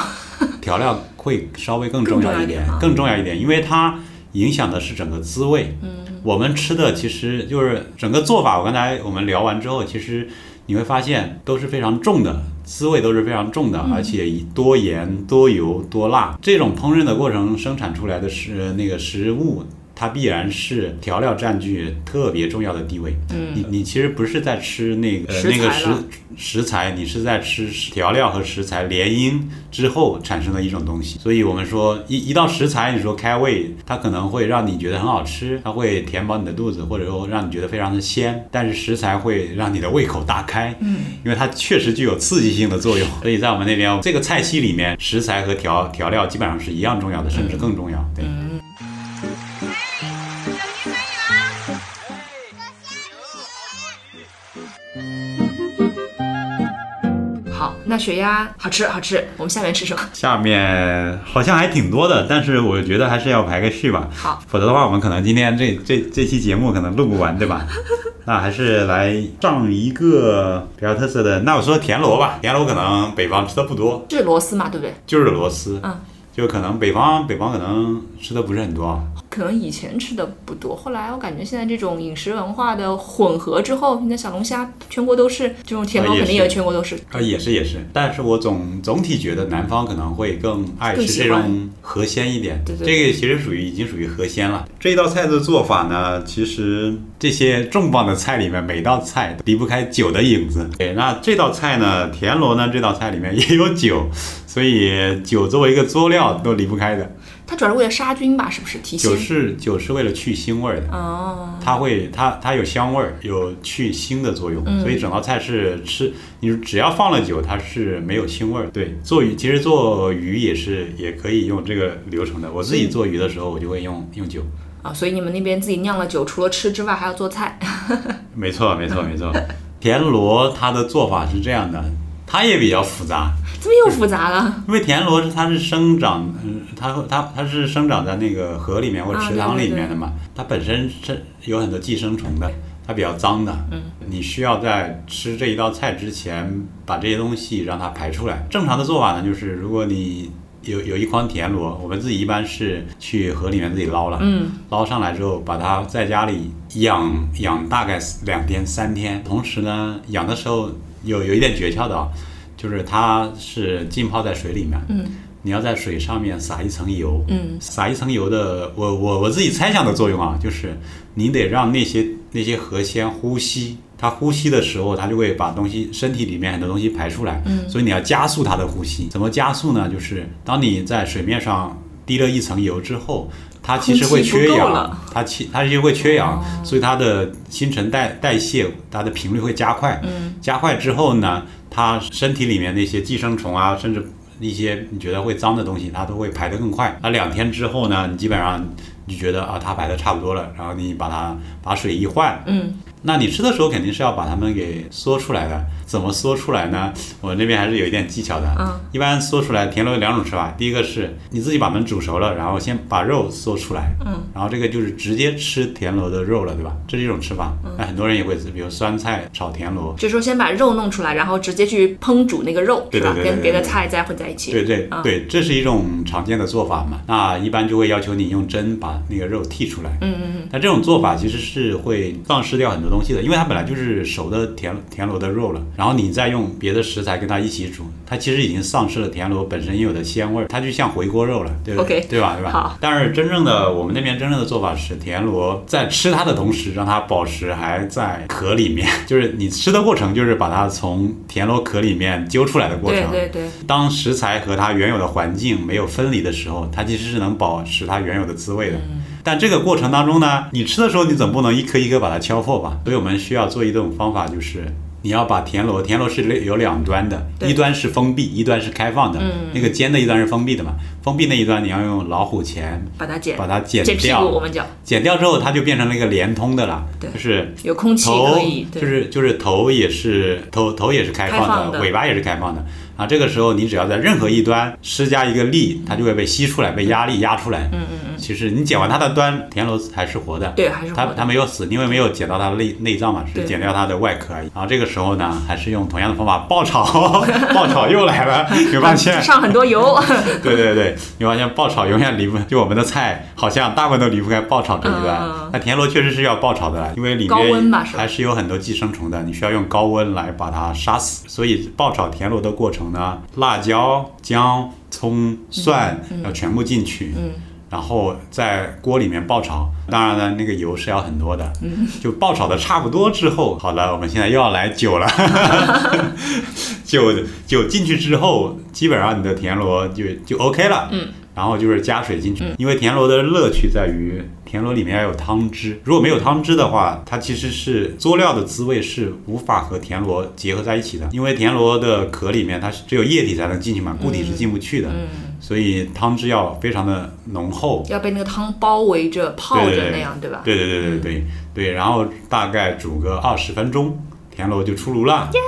[SPEAKER 1] 调料会稍微更重要一点，
[SPEAKER 2] 更重要一点啊
[SPEAKER 1] 更重要一点，因为它影响的是整个滋味。嗯，我们吃的其实就是整个做法。我刚才我们聊完之后，其实你会发现都是非常重的，滋味都是非常重的，而且以多盐、多油、多辣这种烹饪的过程生产出来的食那个食物。它必然是调料占据特别重要的地位。嗯，你你其实不是在吃那个、呃
[SPEAKER 2] 食材
[SPEAKER 1] 那个食
[SPEAKER 2] 了
[SPEAKER 1] 食材，你是在吃调料和食材联姻之后产生的一种东西。所以我们说一一道食材，你说开胃，它可能会让你觉得很好吃，它会填饱你的肚子，或者说让你觉得非常的鲜。但是食材会让你的胃口大开，嗯，因为它确实具有刺激性的作用。所以在我们那边这个菜系里面，食材和调调料基本上是一样重要的，甚至更重要。对。
[SPEAKER 2] 好，那血鸭好吃好吃，我们下面吃什么？
[SPEAKER 1] 下面好像还挺多的，但是我觉得还是要排个序吧。
[SPEAKER 2] 好，
[SPEAKER 1] 否则的话，我们可能今天这这这期节目可能录不完，对吧？ [laughs] 那还是来上一个比较特色的。那我说田螺吧，田螺可能北方吃的不多，
[SPEAKER 2] 就是螺丝嘛，对不对？
[SPEAKER 1] 就是螺丝。
[SPEAKER 2] 嗯。
[SPEAKER 1] 就可能北方北方可能吃的不是很多，
[SPEAKER 2] 可能以前吃的不多，后来我感觉现在这种饮食文化的混合之后，你看小龙虾全国都是，这种田螺
[SPEAKER 1] 啊也
[SPEAKER 2] 肯定
[SPEAKER 1] 是
[SPEAKER 2] 也全国都是。
[SPEAKER 1] 啊，也是也是，但是我总总体觉得南方可能会更爱
[SPEAKER 2] 更
[SPEAKER 1] 吃
[SPEAKER 2] 喜
[SPEAKER 1] 这
[SPEAKER 2] 欢
[SPEAKER 1] 种河鲜一点。
[SPEAKER 2] 对对
[SPEAKER 1] 这个其实属于已经属于河鲜了。这一道菜的做法呢，其实这些重磅的菜里面，每道菜都离不开酒的影子。对，那这道菜呢，田螺呢，这道菜里面也有酒，所以酒作为一个佐料都离不开的。
[SPEAKER 2] 它主要是为了杀菌吧，是不是提
[SPEAKER 1] 酒
[SPEAKER 2] 鲜？
[SPEAKER 1] 是酒是为了去腥味儿的。
[SPEAKER 2] 哦，
[SPEAKER 1] 它会，它它有香味儿，有去腥的作用，所以整道菜是吃，你只要放了酒，它是没有腥味儿。对，做鱼其实做鱼也是也可以用这个流程的。我自己做鱼的时候，我就会用用酒。
[SPEAKER 2] 啊，所以你们那边自己酿了酒，除了吃之外还要做菜。 [laughs]
[SPEAKER 1] 没错，没错，没错。田螺它的做法是这样的，它也比较复杂，
[SPEAKER 2] 怎么又复杂了？
[SPEAKER 1] [laughs] 因为田螺是它是生长，嗯，它它它是生长在那个河里面或者
[SPEAKER 2] 啊
[SPEAKER 1] 池
[SPEAKER 2] 对
[SPEAKER 1] 塘
[SPEAKER 2] 对
[SPEAKER 1] 里
[SPEAKER 2] 对
[SPEAKER 1] 面的嘛，它本身是有很多寄生虫的，它比较脏的，嗯，你需要在吃这一道菜之前把这些东西让它排出来。正常的做法呢，就是如果你有有一筐田螺，我们自己一般是去河里面自己捞了，
[SPEAKER 2] 嗯，
[SPEAKER 1] 捞上来之后，把它在家里养养大概两天三天。同时呢，养的时候有有一点诀窍的啊，就是它是浸泡在水里面，
[SPEAKER 2] 嗯，
[SPEAKER 1] 你要在水上面撒一层油，
[SPEAKER 2] 嗯，
[SPEAKER 1] 撒一层油的，我我我自己猜想的作用啊，就是你得让那些那些河鲜呼吸。它呼吸的时候，它就会把东西身体里面很多东西排出来，嗯，所以你要加速它的呼吸。怎么加速呢？就是当你在水面上滴了一层油之后，它其实会
[SPEAKER 2] 空气不
[SPEAKER 1] 缺
[SPEAKER 2] 够
[SPEAKER 1] 氧
[SPEAKER 2] 了，
[SPEAKER 1] 它气它就会缺氧，所以它的新陈代代谢它的频率会加快。嗯，加快之后呢，它身体里面那些寄生虫啊，甚至一些你觉得会脏的东西，它都会排得更快。那两天之后呢，你基本上你就觉得啊，它排得差不多了，然后你把它把水一换，
[SPEAKER 2] 嗯，
[SPEAKER 1] 那你吃的时候肯定是要把它们给缩出来的。怎么缩出来呢？我那边还是有一点技巧的。
[SPEAKER 2] 嗯，
[SPEAKER 1] 一般缩出来田螺有两种吃法，第一个是你自己把门煮熟了，然后先把肉缩出来。嗯，然后这个就是直接吃田螺的肉了，对吧？这是一种吃法。
[SPEAKER 2] 嗯
[SPEAKER 1] 那很多人也会吃，比如酸菜炒田螺。
[SPEAKER 2] 就是说先把肉弄出来，然后直接去烹煮那个肉，
[SPEAKER 1] 对
[SPEAKER 2] 是吧？
[SPEAKER 1] 对对对对
[SPEAKER 2] 跟别的
[SPEAKER 1] 对
[SPEAKER 2] 菜再混在一起。
[SPEAKER 1] 对对
[SPEAKER 2] 啊
[SPEAKER 1] 对，这是一种常见的做法嘛。那一般就会要求你用针把那个肉剔出来。
[SPEAKER 2] 嗯嗯嗯，
[SPEAKER 1] 那这种做法其实是会丧失掉很多东西的，因为它本来就是熟的田田螺的肉了，然后你再用别的食材跟它一起煮，它其实已经丧失了田螺本身应有的鲜味儿，它就像回锅肉了，对不对
[SPEAKER 2] OK，
[SPEAKER 1] 对吧？对吧？
[SPEAKER 2] 好。
[SPEAKER 1] 但是真正的我们那边真正的做法是，田螺在吃它的同时，让它保持还在壳里面， [laughs] 就是你吃的过程，就是把它从田螺壳里面揪出来的过程。
[SPEAKER 2] 对对对，
[SPEAKER 1] 当食材和它原有的环境没有分离的时候，它其实是能保持它原有的滋味的。
[SPEAKER 2] 嗯
[SPEAKER 1] 但这个过程当中呢，你吃的时候你总不能一颗一颗把它敲破吧？所以我们需要做一种方法，就是你要把田螺，田螺是有两端的，
[SPEAKER 2] 对嗯
[SPEAKER 1] 一端是封闭，一端是开放的。那个尖的一端是封闭的嘛，封闭那一端你要用老虎钳
[SPEAKER 2] 把它剪
[SPEAKER 1] 把它剪
[SPEAKER 2] 剪屁股，我
[SPEAKER 1] 掉，
[SPEAKER 2] 们叫
[SPEAKER 1] 剪掉之后它就变成了一个连通的了，
[SPEAKER 2] 对
[SPEAKER 1] 就是
[SPEAKER 2] 有空气
[SPEAKER 1] 头
[SPEAKER 2] 可以，对
[SPEAKER 1] 就是就是头也是头头也是开放的，
[SPEAKER 2] 开放的
[SPEAKER 1] 尾巴也是开放的啊。这个时候你只要在任何一端施加一个力，它就会被吸出来，被压力压出来。嗯嗯嗯。其实你剪完它的端，田螺还是活的。
[SPEAKER 2] 对还是活
[SPEAKER 1] 它
[SPEAKER 2] 的
[SPEAKER 1] 它没有死，因为没有剪到它的内内脏嘛，只
[SPEAKER 2] 对
[SPEAKER 1] 是剪掉它的外壳而已。然后这个时候呢，还是用同样的方法爆炒， [laughs] 爆炒又来
[SPEAKER 2] [laughs]
[SPEAKER 1] 了，有发现？
[SPEAKER 2] 上很多油。 [laughs]
[SPEAKER 1] 对对对，你发现爆炒永远离不就我们的菜，好像大部分都离不开爆炒这一
[SPEAKER 2] 嗯
[SPEAKER 1] 端。那、田螺确实是要爆炒的啦，因为里
[SPEAKER 2] 高温
[SPEAKER 1] 面
[SPEAKER 2] 吧是吧
[SPEAKER 1] 还是有很多寄生虫的，你需要用高温来把它杀死。所以爆炒田螺的过程呢，辣椒、姜、葱、蒜、
[SPEAKER 2] 嗯
[SPEAKER 1] 要全部进去。然后在锅里面爆炒，当然了，那个油是要很多的。
[SPEAKER 2] 嗯
[SPEAKER 1] 就爆炒的差不多之后，好了，我们现在又要来酒
[SPEAKER 2] [laughs]
[SPEAKER 1] 了。 [laughs] 酒酒进去之后，基本上你的田螺就就 OK 了。嗯，然后就是加水进去，因为田螺的乐趣在于田螺里面要有汤汁，如果没有汤汁的话，它其实是佐料的滋味是无法和田螺结合在一起的，因为田螺的壳里面它是只有液体才能进去嘛，固体是进不去的，所以汤汁要非常的浓厚。
[SPEAKER 2] 要被那个汤包围着、泡
[SPEAKER 1] 对对
[SPEAKER 2] 着
[SPEAKER 1] 对
[SPEAKER 2] 那样，对吧？嗯
[SPEAKER 1] 对对对对对对，然后大概煮个二十分钟，田螺就出炉了。耶！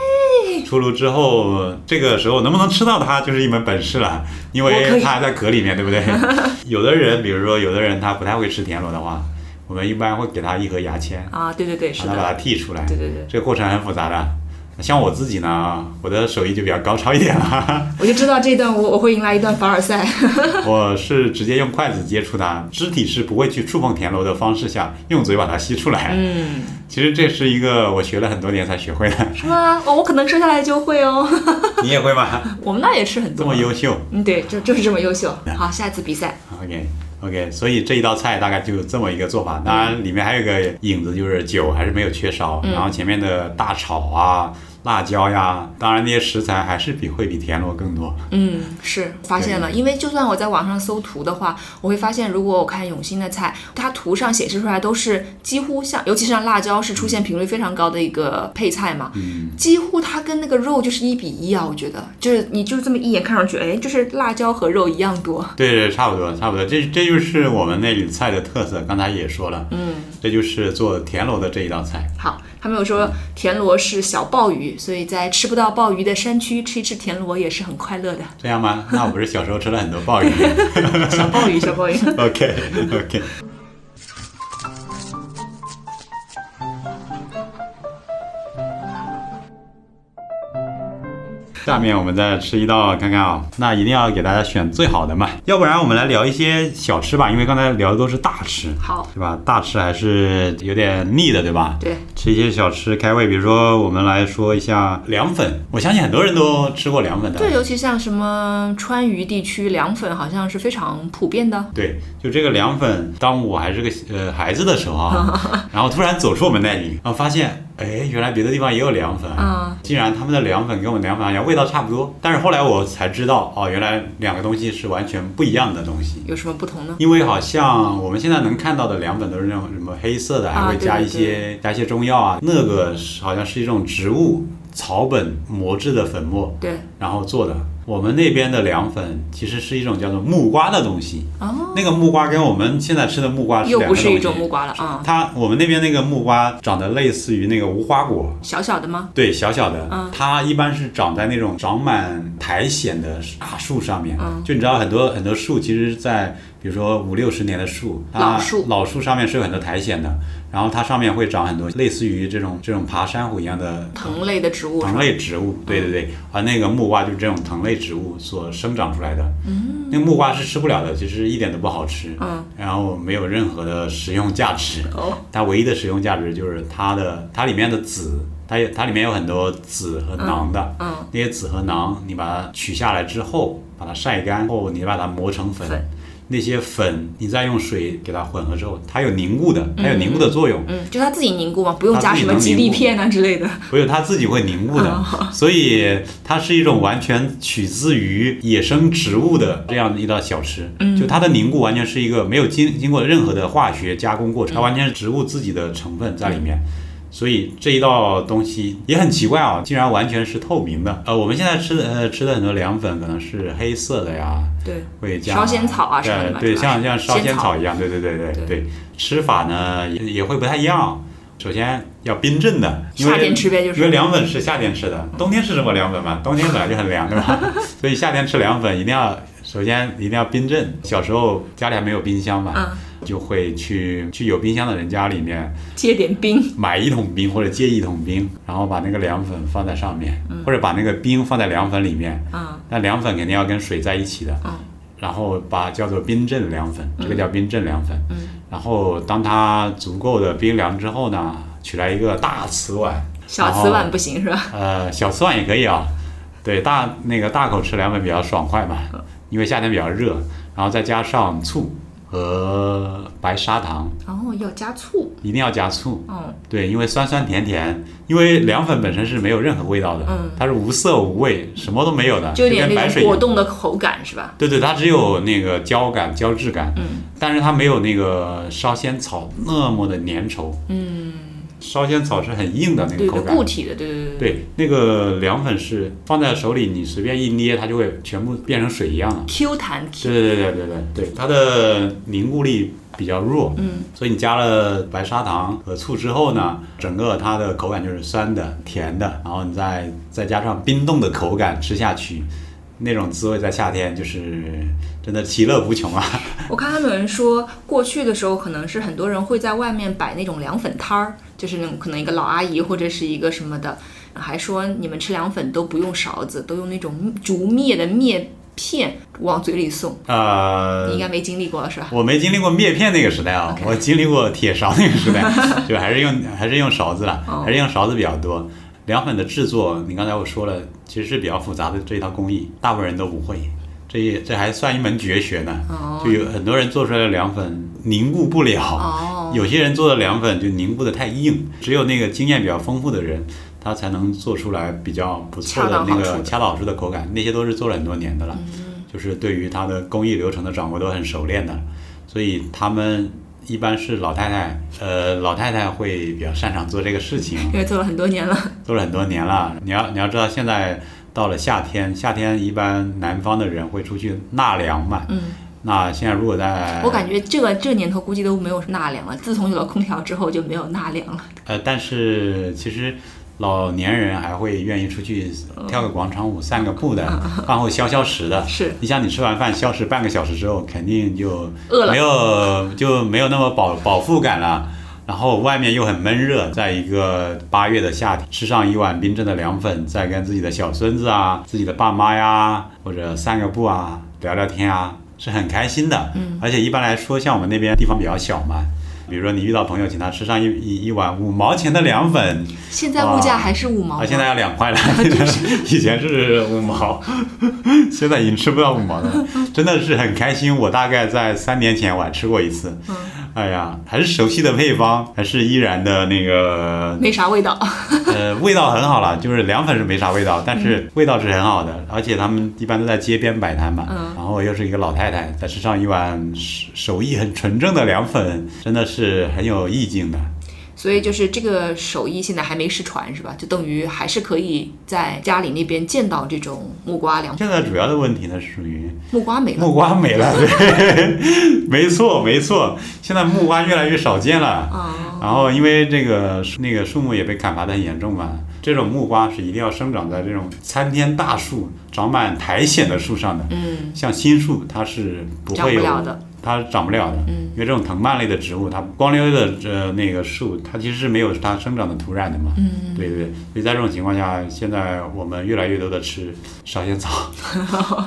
[SPEAKER 1] 出炉之后，这个时候能不能吃到它就是一门本事了，因
[SPEAKER 2] 我可
[SPEAKER 1] 为
[SPEAKER 2] 以
[SPEAKER 1] 它还在壳里面，对不
[SPEAKER 2] [laughs]
[SPEAKER 1] 对？有的人，比如说有的人他不太会吃田螺的话，我们一般会给他一盒牙签，
[SPEAKER 2] 啊，对对对，是
[SPEAKER 1] 让他把
[SPEAKER 2] 的，
[SPEAKER 1] 它剔出来。
[SPEAKER 2] 对对对，
[SPEAKER 1] 这个过程很复杂的。像我自己呢，我的手艺就比较高超一点了，
[SPEAKER 2] 我就知道这段我我会迎来一段凡尔赛。 [laughs]
[SPEAKER 1] [laughs] 我是直接用筷子接触它，肢体是不会去触碰田螺的方式下，用嘴把它吸出来。
[SPEAKER 2] 嗯，
[SPEAKER 1] 其实这是一个我学了很多年才学会的，
[SPEAKER 2] 是吗？哦，我可能生下来就会哦。
[SPEAKER 1] [laughs]
[SPEAKER 2] [laughs]
[SPEAKER 1] 你也会吗？
[SPEAKER 2] 我们那也吃很
[SPEAKER 1] 这
[SPEAKER 2] 多，
[SPEAKER 1] 么优秀嗯
[SPEAKER 2] 嗯，对，就就是这么优秀。好，下次比赛，
[SPEAKER 1] ，OK OK，所以这一道菜大概就这么一个做法。当然，里面还有一个引子，就是酒还是没有缺少，然后前面的大炒啊、辣椒呀，当然那些食材还是比会比田螺更 [laughs] 多。
[SPEAKER 2] 嗯，是发现了，因为就算我在网上搜图的话，我会发现，如果我看永兴的菜，它图上显示出来都是几乎像，尤其是像辣椒是出现
[SPEAKER 1] 嗯
[SPEAKER 2] 频率非常高的一个配菜嘛，几乎它跟那个肉就是一比一啊，我觉得，就是你就这么一眼看上去，哎，就是辣椒和肉一样多，
[SPEAKER 1] 对对，差不多差不多，这这就是我们那里菜的特色。刚才也说了，
[SPEAKER 2] 嗯，
[SPEAKER 1] 这就是做田螺的这一道菜。
[SPEAKER 2] 好，他们有说田螺是小鲍鱼，所以在吃不到鲍鱼的山区吃一吃田螺也是很快乐的。
[SPEAKER 1] 这样吗？那我不是小时候吃了很多鲍鱼
[SPEAKER 2] 小鲍鱼，小鲍鱼。
[SPEAKER 1] ？OK OK。下面我们再吃一道看看啊、那一定要给大家选最好的嘛，要不然我们来聊一些小吃吧，因为刚才聊的都是大吃，
[SPEAKER 2] 好，
[SPEAKER 1] 对吧？大吃还是有点腻的，对吧？
[SPEAKER 2] [laughs] 对，
[SPEAKER 1] 吃一些小吃开胃，比如说我们来说一下凉粉，我相信很多人都吃过凉粉的。
[SPEAKER 2] 对，尤其像什么川渝地区凉粉，好像是非常普遍的。
[SPEAKER 1] 对，就这个凉粉，当我还是个呃孩子的时候
[SPEAKER 2] [laughs]
[SPEAKER 1] 啊，然后突然走出我们那里啊，发现哎，原来别的地方也有凉粉
[SPEAKER 2] 啊，
[SPEAKER 1] 竟然他们的凉粉跟我们凉粉好像味道差不多，但是后来我才知道哦，原来两个东西是完全不一样的东西。
[SPEAKER 2] 有什么不同呢？
[SPEAKER 1] 因为好像我们现在能看到的凉粉都是那种什么黑色的，
[SPEAKER 2] 啊
[SPEAKER 1] 还会加
[SPEAKER 2] 对
[SPEAKER 1] 一
[SPEAKER 2] 对
[SPEAKER 1] 些、加一些中药啊，那个是好像是一种植物草本磨制的粉末，
[SPEAKER 2] 对，
[SPEAKER 1] 然后做的。我们那边的凉粉其实是一种叫做木瓜的东西，
[SPEAKER 2] 哦，
[SPEAKER 1] 那个木瓜跟我们现在吃的木瓜是
[SPEAKER 2] 又
[SPEAKER 1] 两个
[SPEAKER 2] 不
[SPEAKER 1] 东西。
[SPEAKER 2] 是一种木瓜了啊、
[SPEAKER 1] 它我们那边那个木瓜长得类似于那个无花果，
[SPEAKER 2] 小小的吗？
[SPEAKER 1] 对，小小的。
[SPEAKER 2] 嗯
[SPEAKER 1] 它一般是长在那种长满苔藓的大树上面。
[SPEAKER 2] 嗯
[SPEAKER 1] 就你知道很多很多树，其实在比如说五六十年的树，它
[SPEAKER 2] 老树
[SPEAKER 1] 老树上面是有很多苔藓的，然后它上面会长很多类似于这种这种爬山虎一样的
[SPEAKER 2] 藤类的植物是嗯
[SPEAKER 1] 藤
[SPEAKER 2] 吧？
[SPEAKER 1] 类植物，对对对，而那个木瓜就是这种藤类植物所生长出来的。嗯，那个木瓜是吃不了的，其实一点都不好吃。
[SPEAKER 2] 嗯，
[SPEAKER 1] 然后没有任何的食用价值。
[SPEAKER 2] 哦，
[SPEAKER 1] 它唯一的食用价值就是它的它里面的籽，它有它里面有很多籽和囊的。
[SPEAKER 2] 嗯，
[SPEAKER 1] 那些籽和囊，你把它取下来之后，把它晒干后，你把它磨成粉。
[SPEAKER 2] 粉
[SPEAKER 1] 那些粉，你再用水给它混合之后，它有凝固的，它有凝固的作用。
[SPEAKER 2] 嗯，就它自己凝固嘛，不用
[SPEAKER 1] 它
[SPEAKER 2] 加
[SPEAKER 1] 自
[SPEAKER 2] 什
[SPEAKER 1] 己
[SPEAKER 2] 么
[SPEAKER 1] 能
[SPEAKER 2] 吉
[SPEAKER 1] 凝
[SPEAKER 2] 利
[SPEAKER 1] 固
[SPEAKER 2] 片啊之类的。
[SPEAKER 1] 不是它自己会凝固
[SPEAKER 2] 哦
[SPEAKER 1] 的，所以它是一种完全取自于野生植物的这样的一道小吃。
[SPEAKER 2] 嗯
[SPEAKER 1] 就它的凝固完全是一个没有经经过任何的化学加工
[SPEAKER 2] 嗯
[SPEAKER 1] 过程，它完全是植物自己的成分在里面。所以这一道东西也很奇怪啊，竟然完全是透明的。呃，我们现在吃的呃吃的很多凉粉可能是黑色的呀，
[SPEAKER 2] 对，
[SPEAKER 1] 会加
[SPEAKER 2] 烧仙草啊什么的
[SPEAKER 1] 对
[SPEAKER 2] 嘛
[SPEAKER 1] 对，
[SPEAKER 2] 是吧
[SPEAKER 1] 像像烧
[SPEAKER 2] 仙
[SPEAKER 1] 仙
[SPEAKER 2] 草
[SPEAKER 1] 草一样，对对对对
[SPEAKER 2] 对
[SPEAKER 1] 对吃法呢也也会不太一样。首先要冰镇的，因为
[SPEAKER 2] 夏天吃呗就是
[SPEAKER 1] 因为凉粉是夏天吃的，冬天吃什么凉粉嘛？冬天本来就很凉，对吧？ [laughs] 所以夏天吃凉粉一定要首先一定要冰镇。小时候家里还没有冰箱嘛，
[SPEAKER 2] 嗯
[SPEAKER 1] 就会去去有冰箱的人家里面
[SPEAKER 2] 接点冰，
[SPEAKER 1] 买一桶冰或者借一桶冰，然后把那个凉粉放在上面，或者把那个冰放在凉粉里面。
[SPEAKER 2] 嗯，
[SPEAKER 1] 那凉粉肯定要跟水在一起的。
[SPEAKER 2] 嗯
[SPEAKER 1] 然后把叫做冰镇凉粉，这个叫冰镇凉粉。
[SPEAKER 2] 嗯
[SPEAKER 1] 然后当它足够的冰凉之后呢，取来一个大瓷碗，
[SPEAKER 2] 小
[SPEAKER 1] 然
[SPEAKER 2] 瓷
[SPEAKER 1] 后
[SPEAKER 2] 碗不行是吧？
[SPEAKER 1] 呃，小瓷碗也可以啊。对，大那个大口吃凉粉比较爽快嘛，因为夏天比较热，然后再加上醋和白砂糖，
[SPEAKER 2] 然后要加醋，
[SPEAKER 1] 一定要加醋。
[SPEAKER 2] 嗯，
[SPEAKER 1] 对，因为酸酸甜甜，因为凉粉本身是没有任何味道的，它是无色无味，什么都没有的，
[SPEAKER 2] 嗯就有点
[SPEAKER 1] 跟白
[SPEAKER 2] 那
[SPEAKER 1] 水
[SPEAKER 2] 种
[SPEAKER 1] 一
[SPEAKER 2] 果
[SPEAKER 1] 样。
[SPEAKER 2] 冻的口感是吧？
[SPEAKER 1] 对对，它只有那个胶感、胶质感，
[SPEAKER 2] 嗯
[SPEAKER 1] 但是它没有那个烧仙草那么的粘稠。
[SPEAKER 2] 嗯，
[SPEAKER 1] 烧仙草是很硬的那
[SPEAKER 2] 对
[SPEAKER 1] 个
[SPEAKER 2] 对
[SPEAKER 1] 口感，
[SPEAKER 2] 固体的，对对对对。
[SPEAKER 1] 对，那个凉粉是放在手里，你随便一捏，它就会全部变成水一样了。
[SPEAKER 2] Q 弹
[SPEAKER 1] 对对对对对对，它的凝固力比较弱，
[SPEAKER 2] 嗯，
[SPEAKER 1] 所以你加了白砂糖和醋之后呢，整个它的口感就是酸的、甜的，然后你再再加上冰冻的口感吃下去，那种滋味在夏天就是真的其乐无穷啊。
[SPEAKER 2] 我看他们有人说，过去的时候可能是很多人会在外面摆那种凉粉摊儿，就是那种可能一个老阿姨或者是一个什么的，还说你们吃凉粉都不用勺子，都用那种竹篾的篾片往嘴里送。
[SPEAKER 1] 呃，
[SPEAKER 2] 你应该没经历过是吧？
[SPEAKER 1] 我没经历过篾片那个时代啊
[SPEAKER 2] OK
[SPEAKER 1] 我经历过铁勺那个
[SPEAKER 2] [laughs]
[SPEAKER 1] 时代，就还是用还是用勺子啦
[SPEAKER 2] 哦
[SPEAKER 1] 还是用勺子比较多。凉粉的制作，你刚才我说了，其实是比较复杂的这一套工艺，大部分人都不会，这也这还算一门绝学呢。
[SPEAKER 2] 哦
[SPEAKER 1] 就有很多人做出来的凉粉凝固不了，
[SPEAKER 2] 哦
[SPEAKER 1] 有些人做的凉粉就凝固的太硬，只有那个经验比较丰富的人，他才能做出来比较不错
[SPEAKER 2] 恰到
[SPEAKER 1] 的那
[SPEAKER 2] 好处
[SPEAKER 1] 个
[SPEAKER 2] 的嗯
[SPEAKER 1] 恰到好处的口感。那些都是做了很多年的了，就是对于它的工艺流程的掌握都很熟练的，所以他们一般是老太太，呃，老太太会比较擅长做这个事情。
[SPEAKER 2] 因为做了很多年了，
[SPEAKER 1] 做了很多年了。你要你要知道，现在到了夏天，夏天一般南方的人会出去纳凉嘛。
[SPEAKER 2] 嗯。
[SPEAKER 1] 那现在如果在
[SPEAKER 2] 我感觉这个这个年头估计都没有纳凉了。自从有了空调之后就没有纳凉了。
[SPEAKER 1] 呃，但是其实老年人还会愿意出去
[SPEAKER 2] 嗯
[SPEAKER 1] 跳个广场舞、散个步的，饭后消消食的。
[SPEAKER 2] 是
[SPEAKER 1] 你想，你吃完饭消食半个小时之后，肯定就
[SPEAKER 2] 饿了
[SPEAKER 1] 没有就没有那么饱饱腹感了。然后外面又很闷热，在一个八月的夏天，吃上一碗冰镇的凉粉，再跟自己的小孙子啊、自己的爸妈呀，或者散个步啊、聊聊天啊，是很开心的。嗯，而且一般来说，像我们那边地方比较小嘛，比如说你遇到朋友请他吃上一一一碗五毛钱的凉粉，
[SPEAKER 2] 现在物价还是五毛吗
[SPEAKER 1] 啊，现在要两块了，以前是五毛， [laughs] 现在已经吃不到五毛了，真的是很开心。我大概在三年前我还吃过一次，哎呀，还是熟悉的配方，还是依然的那
[SPEAKER 2] [laughs]
[SPEAKER 1] 个
[SPEAKER 2] 没啥味道。
[SPEAKER 1] 呃，味道很好了，就是凉粉是没啥味道，但是味道是很好的，而且他们一般都在街边摆摊嘛，
[SPEAKER 2] 嗯
[SPEAKER 1] 然后又是一个老太太，再吃上一碗手手艺很纯正的凉粉，真的是很有意境的。
[SPEAKER 2] 所以就是这个手艺现在还没失传，是吧？就等于还是可以在家里那边见到这种木瓜凉，
[SPEAKER 1] 现在主要的问题呢，是属于
[SPEAKER 2] 木瓜没了
[SPEAKER 1] 木瓜没了，对，没错没错，现在木瓜越来越少见了。
[SPEAKER 2] 啊、
[SPEAKER 1] 然后因为这个树那个树木也被砍伐的很严重嘛，这种木瓜是一定要生长在这种参天大树、长满苔藓的树上的。
[SPEAKER 2] 嗯，
[SPEAKER 1] 像新树它是不
[SPEAKER 2] 长
[SPEAKER 1] 会
[SPEAKER 2] 不
[SPEAKER 1] 有
[SPEAKER 2] 了的。嗯
[SPEAKER 1] 它长不了的，因为这种藤蔓类的植物，它光溜溜的呃那个树，它其实是没有它生长的土壤的嘛。嗯，对对对，所以在这种情况下，现在我们越来越多的吃烧仙
[SPEAKER 2] [laughs]
[SPEAKER 1] 草，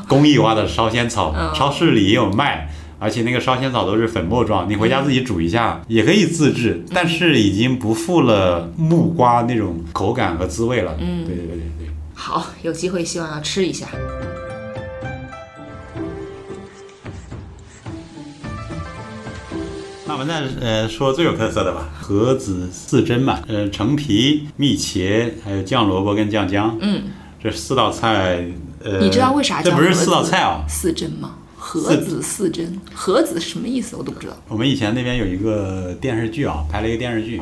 [SPEAKER 1] 工艺化的烧仙草，
[SPEAKER 2] 嗯
[SPEAKER 1] 超市里也有卖。而且那个烧仙草都是粉末状，你回家自己煮一下、
[SPEAKER 2] 嗯
[SPEAKER 1] 也可以自制，但是已经不复了木瓜那种口感和滋味了。嗯，对对对对对。
[SPEAKER 2] 好，有机会希望要吃一下。
[SPEAKER 1] 那我们再呃说最有特色的吧，核子四珍嘛，呃，橙皮、蜜茄，还有酱萝卜跟酱姜，
[SPEAKER 2] 嗯，
[SPEAKER 1] 这四道菜，呃，
[SPEAKER 2] 你知道为啥
[SPEAKER 1] 这
[SPEAKER 2] 叫
[SPEAKER 1] 不是
[SPEAKER 2] 盒
[SPEAKER 1] 四道
[SPEAKER 2] 子
[SPEAKER 1] 菜啊、
[SPEAKER 2] 四珍吗？盒子四珍，盒子是什么意思？我都不知道。
[SPEAKER 1] 我们以前那边有一个电视剧啊，拍了一个电视剧，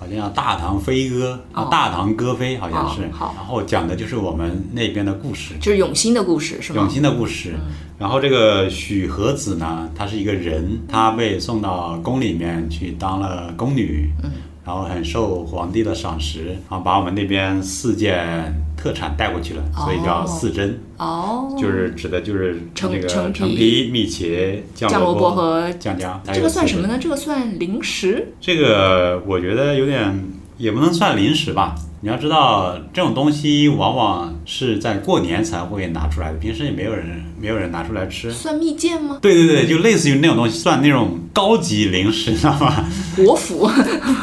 [SPEAKER 1] 好像叫《大唐飞歌》啊，
[SPEAKER 2] 哦
[SPEAKER 1] 大唐歌妃》好像是，
[SPEAKER 2] 哦好
[SPEAKER 1] 然后讲的就是我们那边的故事。
[SPEAKER 2] 就是永兴的故事是嗯
[SPEAKER 1] 永
[SPEAKER 2] 吗？
[SPEAKER 1] 兴的故事。然后这个许和子呢，她是一个人，
[SPEAKER 2] 嗯
[SPEAKER 1] 她被送到宫里面去当了宫女，
[SPEAKER 2] 嗯
[SPEAKER 1] 然后很受皇帝的赏识，然后把我们那边四件特产带过去了，所以叫四珍，
[SPEAKER 2] 哦，
[SPEAKER 1] 就是指的就是
[SPEAKER 2] 橙
[SPEAKER 1] 那个
[SPEAKER 2] 橙
[SPEAKER 1] 橙
[SPEAKER 2] 皮
[SPEAKER 1] 皮、蜜茄、酱
[SPEAKER 2] 酱萝卜和
[SPEAKER 1] 酱姜。还
[SPEAKER 2] 这
[SPEAKER 1] 有
[SPEAKER 2] 个算
[SPEAKER 1] 四
[SPEAKER 2] 什么
[SPEAKER 1] 珍？
[SPEAKER 2] 呢？这个算零食？
[SPEAKER 1] 这个我觉得有点也不能算零食吧。你要知道，这种东西往往是在过年才会拿出来的，平时也没有人没有人拿出来吃。
[SPEAKER 2] 算蜜饯吗？
[SPEAKER 1] 对对对，就类似于那种东西，算那种高级零食，知道吗？ [laughs]
[SPEAKER 2] 国府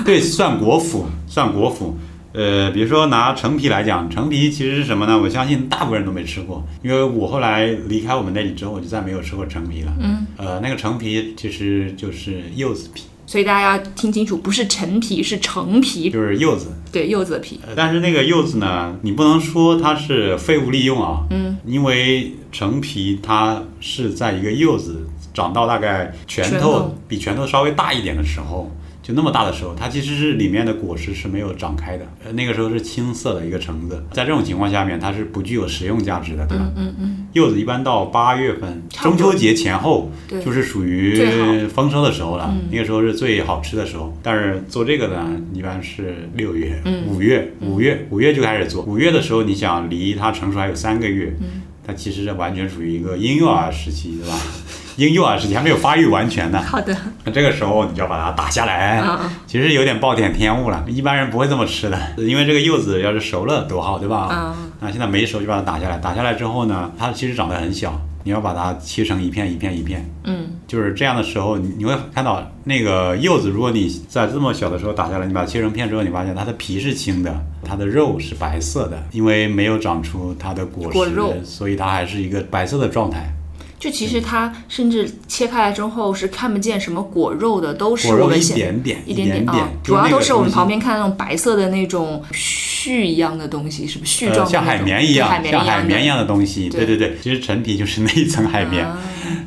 [SPEAKER 1] 对，算果脯，算果脯。呃，比如说拿橙皮来讲，橙皮其实是什么呢？我相信大部分人都没吃过，因为我后来离开我们那里之后，我就再没有吃过橙皮了。嗯，呃，那个橙皮其实就是柚子皮，
[SPEAKER 2] 所以大家要听清楚，不是陈皮，是橙皮，
[SPEAKER 1] 就是柚子。
[SPEAKER 2] 对，柚子的皮。
[SPEAKER 1] 呃但是那个柚子呢，你不能说它是废物利用啊，嗯，因为橙皮它是在一个柚子长到大概拳
[SPEAKER 2] 拳
[SPEAKER 1] 头
[SPEAKER 2] 头
[SPEAKER 1] 比拳头稍微大一点的时候，就那么大的时候，它其实是里面的果实是没有长开的，呃那个时候是青色的一个橙子，在这种情况下面，它是不具有食用价值的，对吧？
[SPEAKER 2] 嗯嗯，
[SPEAKER 1] 柚子一般到八月份，
[SPEAKER 2] 差
[SPEAKER 1] 中
[SPEAKER 2] 不多
[SPEAKER 1] 秋节前后
[SPEAKER 2] 对
[SPEAKER 1] 就是属
[SPEAKER 2] 最嗯
[SPEAKER 1] 于丰收的时候了，那个时候是最好吃的时候。但是做这个呢，一般是六月、
[SPEAKER 2] 嗯
[SPEAKER 1] 五月、五月、五月就开始做。五月的时候，你想离它成熟还有三个月，
[SPEAKER 2] 嗯
[SPEAKER 1] 它其实完全属于一个婴幼儿时期，对吧？ [laughs] 婴幼儿时期还没有发育完全呢，
[SPEAKER 2] 好的，
[SPEAKER 1] 那这个时候你就要把它打下来，
[SPEAKER 2] 嗯嗯
[SPEAKER 1] 其实有点暴殄天物了，一般人不会这么吃的，因为这个柚子要是熟了多好，对吧？
[SPEAKER 2] 嗯
[SPEAKER 1] 那现在没熟就把它打下来，打下来之后呢，它其实长得很小，你要把它切成一片一片一片，
[SPEAKER 2] 嗯
[SPEAKER 1] 就是这样的时候，你你会看到那个柚子，如果你在这么小的时候打下来，你把它切成片之后，你发现它的皮是青的，它的肉是白色的，因为没有长出它的果实，
[SPEAKER 2] 果肉
[SPEAKER 1] 所以它还是一个白色的状态。
[SPEAKER 2] 就其实它甚至切开来之后是看不见什么果肉的，都是
[SPEAKER 1] 果
[SPEAKER 2] 我
[SPEAKER 1] 肉
[SPEAKER 2] 们
[SPEAKER 1] 一
[SPEAKER 2] 现
[SPEAKER 1] 点点，
[SPEAKER 2] 一
[SPEAKER 1] 点
[SPEAKER 2] 点啊，
[SPEAKER 1] 就
[SPEAKER 2] 主要
[SPEAKER 1] 那个
[SPEAKER 2] 都是我们
[SPEAKER 1] 东西
[SPEAKER 2] 旁边看那种白色的那种絮一样的东西，是不是絮
[SPEAKER 1] 呃，
[SPEAKER 2] 状的那种、
[SPEAKER 1] 像海绵一样，
[SPEAKER 2] 对海绵
[SPEAKER 1] 像海绵一
[SPEAKER 2] 一样
[SPEAKER 1] 样的东西。
[SPEAKER 2] 对
[SPEAKER 1] 对对对，其实陈皮就是那一层海绵，
[SPEAKER 2] 啊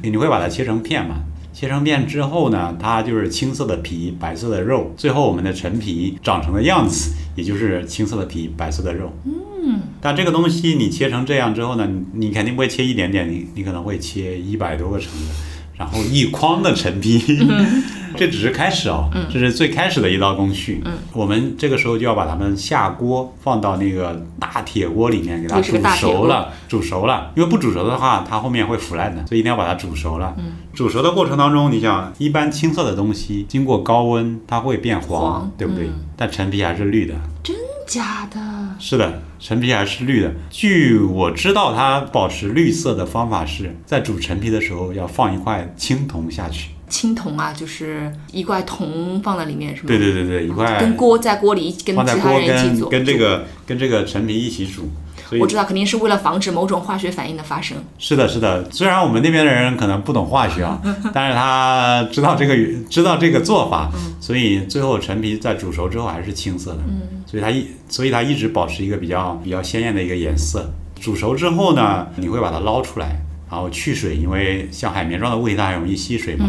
[SPEAKER 1] 你会把它切成片嘛？切成片之后呢，它就是青色的皮，白色的肉。最后我们的陈皮长成的样子，也就是青色的皮，白色的肉。嗯。但这个东西你切成这样之后呢，你你肯定不会切一点点，你你可能会切一百多个橙子，然后一筐的陈皮。
[SPEAKER 2] 嗯
[SPEAKER 1] [laughs] 这只是开始哦，这是最开始的一道工序。嗯，我们这个时候就要把它们下锅，放到那个大铁锅里面，给它
[SPEAKER 2] 又是个
[SPEAKER 1] 煮
[SPEAKER 2] 大铁
[SPEAKER 1] 熟
[SPEAKER 2] 锅
[SPEAKER 1] 了，煮熟了。因为不煮熟的话，它后面会腐烂的，所以一定要把它煮熟了。嗯，煮熟的过程当中，你想，一般青色的东西经过高温，它会变黄，
[SPEAKER 2] 黄嗯
[SPEAKER 1] 对不对？但陈皮还是绿的。
[SPEAKER 2] 真假的？
[SPEAKER 1] 是的，陈皮还是绿的。据我知道，它保持绿色的方法是在煮陈皮的时候要放一块青铜下去。
[SPEAKER 2] 青铜啊，就是一块铜放在里面是吗？
[SPEAKER 1] 对对对对，一块
[SPEAKER 2] 跟锅在锅里一跟
[SPEAKER 1] 放在
[SPEAKER 2] 其他
[SPEAKER 1] 锅
[SPEAKER 2] 人一起
[SPEAKER 1] 跟
[SPEAKER 2] 做，
[SPEAKER 1] 跟这个跟这个陈皮一起煮。所以
[SPEAKER 2] 我知道肯定是为了防止某种化学反应的发生。
[SPEAKER 1] 是的，是的。虽然我们那边的人可能不懂化学啊，但是他知道这个知道这个做法，所以最后陈皮在煮熟之后还是青色的，所以它一所以它一直保持一个比较比较鲜艳的一个颜色。煮熟之后呢，你会把它捞出来，然后去水，因为像海绵状的物体它很容易吸水嘛，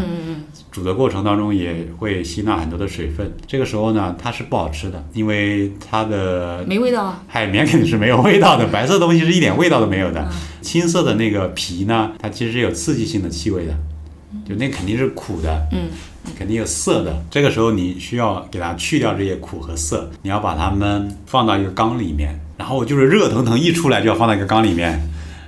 [SPEAKER 1] 煮的过程当中也会吸纳很多的水分。这个时候呢，它是不好吃的，因为它的
[SPEAKER 2] 没味道啊，
[SPEAKER 1] 海绵肯定哎是没有味道的，白色的东西是一点味道都没有的。青色的那个皮呢，它其实是有刺激性的气味的，就那肯定是苦的，
[SPEAKER 2] 嗯，
[SPEAKER 1] 肯定有涩的。这个时候你需要给它去掉这些苦和涩，你要把它们放到一个缸里面，然后就是热腾腾一出来就要放到一个缸里面。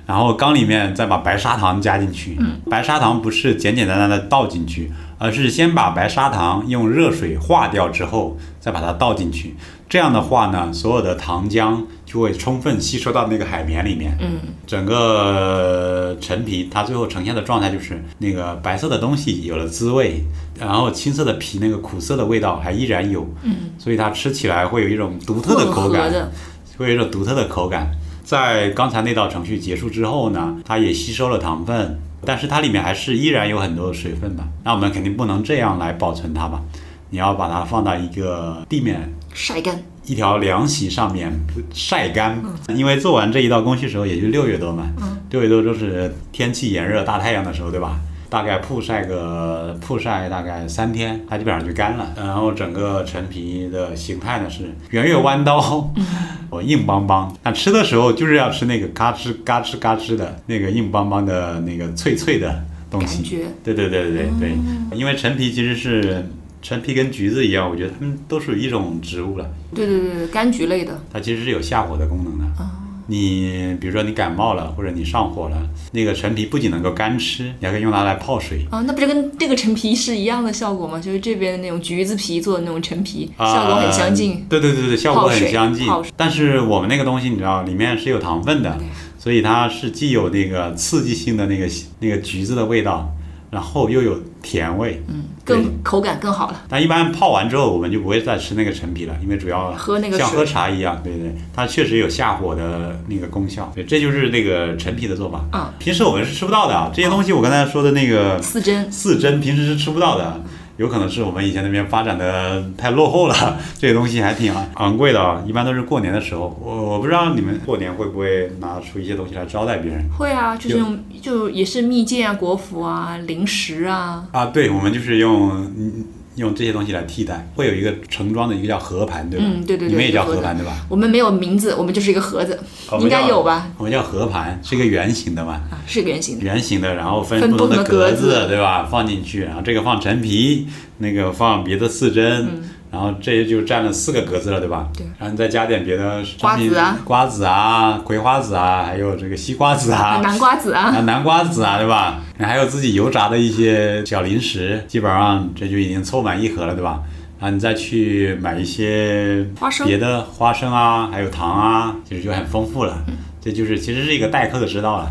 [SPEAKER 1] 然后缸里面再把白砂糖加进去，白砂糖不是简简单单的倒进去，而是先把白砂糖用热水化掉之后，再把它倒进去。这样的话呢，所有的糖浆就会充分吸收到那个海绵里面。嗯，整个陈皮它最后呈现的状态就是那个白色的东西有了滋味，然后青色的皮那个苦涩的味道还依然有。嗯，所以它吃起来会有一种独特的口
[SPEAKER 2] 混合
[SPEAKER 1] 感。
[SPEAKER 2] 的，
[SPEAKER 1] 会有一种独特的口感。在刚才那道程序结束之后呢，它也吸收了糖分，但是它里面还是依然有很多的水分吧。那我们肯定不能这样来保存它吧，你要把它放到一个地面
[SPEAKER 2] 晒干。
[SPEAKER 1] 一条凉席上面晒干，
[SPEAKER 2] 嗯
[SPEAKER 1] 因为做完这一道工序时候也就六月多嘛，六月多就是天气炎热大太阳的时候，对吧？大概曝晒个曝晒大概三天，它基本上就干了。
[SPEAKER 2] 嗯
[SPEAKER 1] 然后整个陈皮的形态呢是圆月弯刀，
[SPEAKER 2] 嗯
[SPEAKER 1] [laughs] 我硬邦邦。那吃的时候就是要吃那个嘎吱嘎吱嘎吱的那个硬邦邦的那个脆脆的东西，
[SPEAKER 2] 感觉嗯
[SPEAKER 1] 对对对对对，因为陈皮其实是陈皮跟橘子一样，我觉得它们都属于一种植物了。
[SPEAKER 2] 对对对对，柑橘类的，
[SPEAKER 1] 它其实是有下火的功能的。
[SPEAKER 2] 哦
[SPEAKER 1] 你比如说你感冒了，或者你上火了，那个陈皮不仅能够干吃，你还可以用它来泡水。
[SPEAKER 2] 啊，那不就跟这个陈皮是一样的效果吗？就是这边的那种橘子皮做的那种陈皮，效果很相近
[SPEAKER 1] 啊。对对对对，效果
[SPEAKER 2] 泡
[SPEAKER 1] 很
[SPEAKER 2] 水
[SPEAKER 1] 相近
[SPEAKER 2] 泡水。
[SPEAKER 1] 但是我们那个东西你知道，里面是有糖分的，所以它是既有那个刺激性的那个那个橘子的味道，然后又有甜味。嗯，对。
[SPEAKER 2] 更口感更好了。
[SPEAKER 1] 但一般泡完之后，我们就不会再吃那个陈皮了，因为主要
[SPEAKER 2] 喝那个
[SPEAKER 1] 像
[SPEAKER 2] 水
[SPEAKER 1] 喝茶一样，对对，它确实有下火的那个功效。对，这就是那个陈皮的做法。
[SPEAKER 2] 啊，
[SPEAKER 1] 平时我们是吃不到的啊，这些东西我刚才说的那个
[SPEAKER 2] 四珍
[SPEAKER 1] 四珍，平时是吃不到的。有可能是我们以前那边发展的太落后了， [laughs] 这些东西还挺昂贵的啊，一般都是过年的时候。我我不知道你们过年会不会拿出一些东西来招待别人
[SPEAKER 2] 会啊，就是用就也是蜜饯啊、果脯啊、零食啊，
[SPEAKER 1] 啊？对，我们就是用嗯用这些东西来替代。会有一个盛装的一个叫盒盘，对吧？
[SPEAKER 2] 嗯对对对
[SPEAKER 1] 你们也叫
[SPEAKER 2] 盒
[SPEAKER 1] 盒
[SPEAKER 2] 子
[SPEAKER 1] 盘对吧？
[SPEAKER 2] 我们没有名字，我们就是一个盒子，
[SPEAKER 1] 我们
[SPEAKER 2] 应该
[SPEAKER 1] 叫
[SPEAKER 2] 有吧？？
[SPEAKER 1] 我们叫盒盘，是一个圆形的嘛，
[SPEAKER 2] 啊，是个圆形的。
[SPEAKER 1] 圆形的，然后分
[SPEAKER 2] 分
[SPEAKER 1] 不同
[SPEAKER 2] 不同的
[SPEAKER 1] 格
[SPEAKER 2] 格子
[SPEAKER 1] 对吧？放进去，然后这个放陈皮，那个放别的四珍，然后这就占了四个格子了，对吧？
[SPEAKER 2] 嗯对。
[SPEAKER 1] 然后你再加点别的
[SPEAKER 2] 瓜子啊
[SPEAKER 1] 商品瓜子啊，葵花籽啊，还有这个西瓜子啊。
[SPEAKER 2] 南瓜子啊，
[SPEAKER 1] 啊，南瓜子啊，对吧？还有自己油炸的一些小零食，基本上这就已经凑满一盒了，对吧？然后你再去买一些
[SPEAKER 2] 花生
[SPEAKER 1] 别的花生啊，还有糖啊，其实就很丰富
[SPEAKER 2] 嗯
[SPEAKER 1] 了。这就是其实是一个待客的之道了。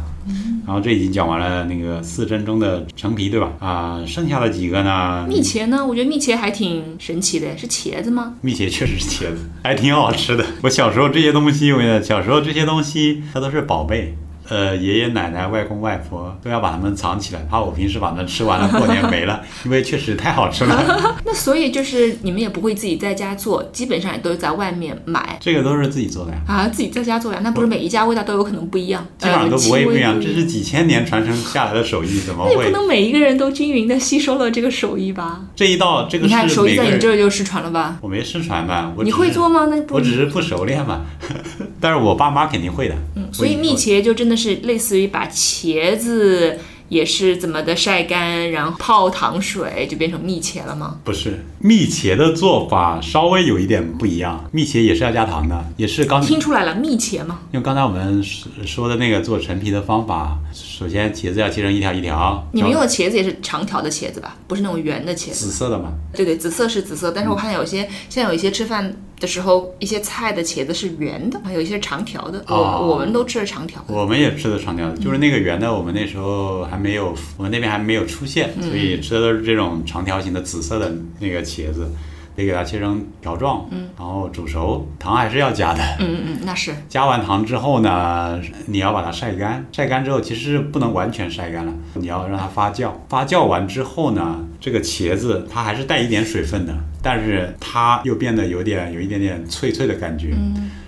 [SPEAKER 1] 然后这已经讲完了那个四珍中的陈皮，对吧？啊、剩下的几个呢？
[SPEAKER 2] 蜜茄呢？我觉得蜜茄还挺神奇的，是茄子吗？
[SPEAKER 1] 蜜茄确实是茄子，还挺好吃的。 [laughs] 我小时候这些东西，我也小时候这些东西它都是宝贝。呃，爷爷奶奶、外公外婆都要把它们藏起来，怕我平时把它们吃完了，过年没
[SPEAKER 2] [laughs]
[SPEAKER 1] 了，因为确实太好吃了。
[SPEAKER 2] 那所以就是你们也不会自己在家做，基本上也都是在外面买
[SPEAKER 1] 这个都是自己做的呀，
[SPEAKER 2] 啊，自己在家做呀。那不是每一家味道都有可能不一样，
[SPEAKER 1] 基本上都不会
[SPEAKER 2] 呃
[SPEAKER 1] 不一样，
[SPEAKER 2] 气
[SPEAKER 1] 这
[SPEAKER 2] 味
[SPEAKER 1] 是几千年传承下来的手艺，怎么
[SPEAKER 2] 那也不
[SPEAKER 1] 哦会？
[SPEAKER 2] 能每一个人都均匀的吸收了这个手艺吧？
[SPEAKER 1] 这一道这个
[SPEAKER 2] 你看
[SPEAKER 1] 是
[SPEAKER 2] 手艺
[SPEAKER 1] 每个
[SPEAKER 2] 在你这
[SPEAKER 1] 人，
[SPEAKER 2] 儿就失传了吧？
[SPEAKER 1] 我没失传吧？我
[SPEAKER 2] 你
[SPEAKER 1] 只
[SPEAKER 2] 会
[SPEAKER 1] 是
[SPEAKER 2] 做？吗？那不
[SPEAKER 1] 我只是不熟练嘛， [laughs] 但是我爸妈肯定会的。嗯
[SPEAKER 2] 所以蜜茄就真的是类似于把茄子也是怎么的晒干，然后泡糖水就变成蜜茄了吗？
[SPEAKER 1] 不是蜜茄的做法稍微有一点不一样，蜜茄也是要加糖的，也是刚
[SPEAKER 2] 听出来了，蜜茄嘛，
[SPEAKER 1] 用刚才我们说说的那个做陈皮的方法，首先茄子要切成一条一条，
[SPEAKER 2] 你们用的茄子也是长条的茄子吧？不是那种圆的茄子。
[SPEAKER 1] 紫色的嘛，
[SPEAKER 2] 对对，紫色是紫色，但是我看有些现在有一些吃饭的时候，一些菜的茄子是圆的，还有一些是长条的。
[SPEAKER 1] 哦
[SPEAKER 2] 我我们都吃了长条的。
[SPEAKER 1] 我们也吃的长条的，就是那个圆的，我们那时候还没有，我们那边还没有出现，
[SPEAKER 2] 嗯
[SPEAKER 1] 所以吃的都是这种长条形的紫色的那个茄子，得给它切成条状，然后煮熟，糖还是要加的。
[SPEAKER 2] 嗯嗯嗯，那是
[SPEAKER 1] 加完糖之后呢，你要把它晒干，晒干之后其实不能完全晒干了，你要让它发酵。发酵完之后呢，这个茄子它还是带一点水分的，但是它又变得有点有一点点脆脆的感觉。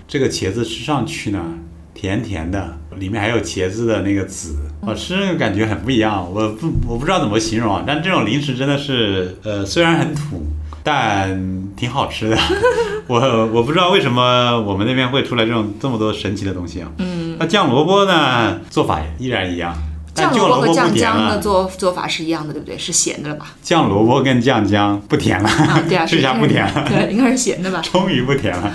[SPEAKER 1] 这个茄子吃上去呢，甜甜的，里面还有茄子的那个籽，我吃那个感觉很不一样。我不我不知道怎么形容啊，但这种零食真的是，呃，虽然很土，但挺好吃的。 [laughs] 我我不知道为什么我们那边会出来这种这么多神奇的东西啊。嗯，那酱萝卜呢，做法依然一样，但
[SPEAKER 2] 酱
[SPEAKER 1] 就
[SPEAKER 2] 萝
[SPEAKER 1] 萝
[SPEAKER 2] 卜
[SPEAKER 1] 卜
[SPEAKER 2] 和
[SPEAKER 1] 不
[SPEAKER 2] 酱
[SPEAKER 1] 甜
[SPEAKER 2] 姜的
[SPEAKER 1] 了。
[SPEAKER 2] 做做法是一样的，对不对？是咸的了吧？
[SPEAKER 1] 酱萝卜跟酱姜不甜了，
[SPEAKER 2] 啊，
[SPEAKER 1] [laughs]
[SPEAKER 2] 对啊，
[SPEAKER 1] 这
[SPEAKER 2] 是
[SPEAKER 1] 下不甜了。
[SPEAKER 2] [laughs] 对，应该是咸的吧？
[SPEAKER 1] 终于不甜了。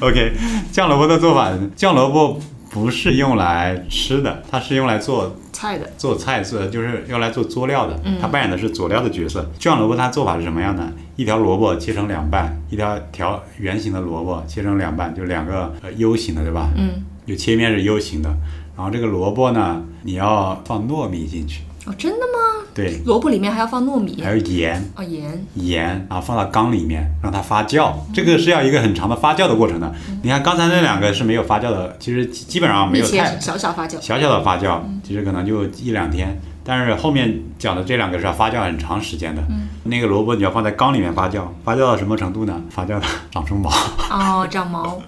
[SPEAKER 1] OK，酱萝卜的做法，酱萝卜不是用来吃的，它是用来做
[SPEAKER 2] 菜的，
[SPEAKER 1] 做菜做，就是用来做佐料的。它扮演的是佐料的角色。酱萝卜它做法是什么样呢？一条萝卜切成两半，一条条圆形的萝卜切成两半，就两个呃 U 型的，对吧？
[SPEAKER 2] 嗯，
[SPEAKER 1] 就切面是 U 型的。然后这个萝卜呢，你要放糯米进去，
[SPEAKER 2] 哦，真的吗？
[SPEAKER 1] 对，
[SPEAKER 2] 萝卜里面还要放糯米
[SPEAKER 1] 还有盐。
[SPEAKER 2] 哦，盐。
[SPEAKER 1] 盐，然后放到缸里面让它发酵，这个是要一个很长的发酵的过程的。你看刚才那两个是没有发酵的，其实基基本啊上没有
[SPEAKER 2] 蜜茄
[SPEAKER 1] 太
[SPEAKER 2] 是小小发酵，
[SPEAKER 1] 小小的发酵，其实可能就一两天。但是后面讲的这两个是要发酵很长时间的。那个萝卜你要放在缸里面发酵，发酵到什么程度呢？发酵到长出毛。 [laughs]
[SPEAKER 2] 哦，长毛，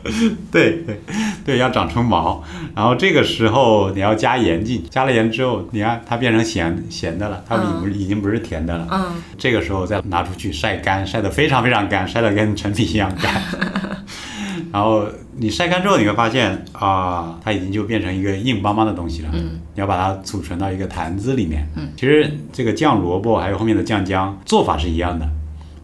[SPEAKER 1] 对对对，要长出毛。然后这个时候你要加盐进去，加了盐之后，你看它变成咸咸的了，它已不是已经不是甜的了。
[SPEAKER 2] 嗯，
[SPEAKER 1] 这个时候再拿出去晒干，晒得非常非常干，晒得跟陈皮一样 [laughs] 干。然后你晒干之后，你会发现啊、它已经就变成一个硬邦邦的东西了。嗯，你要把它储存到一个坛子里面。嗯，其实这个酱萝卜还有后面的酱姜做法是一样的，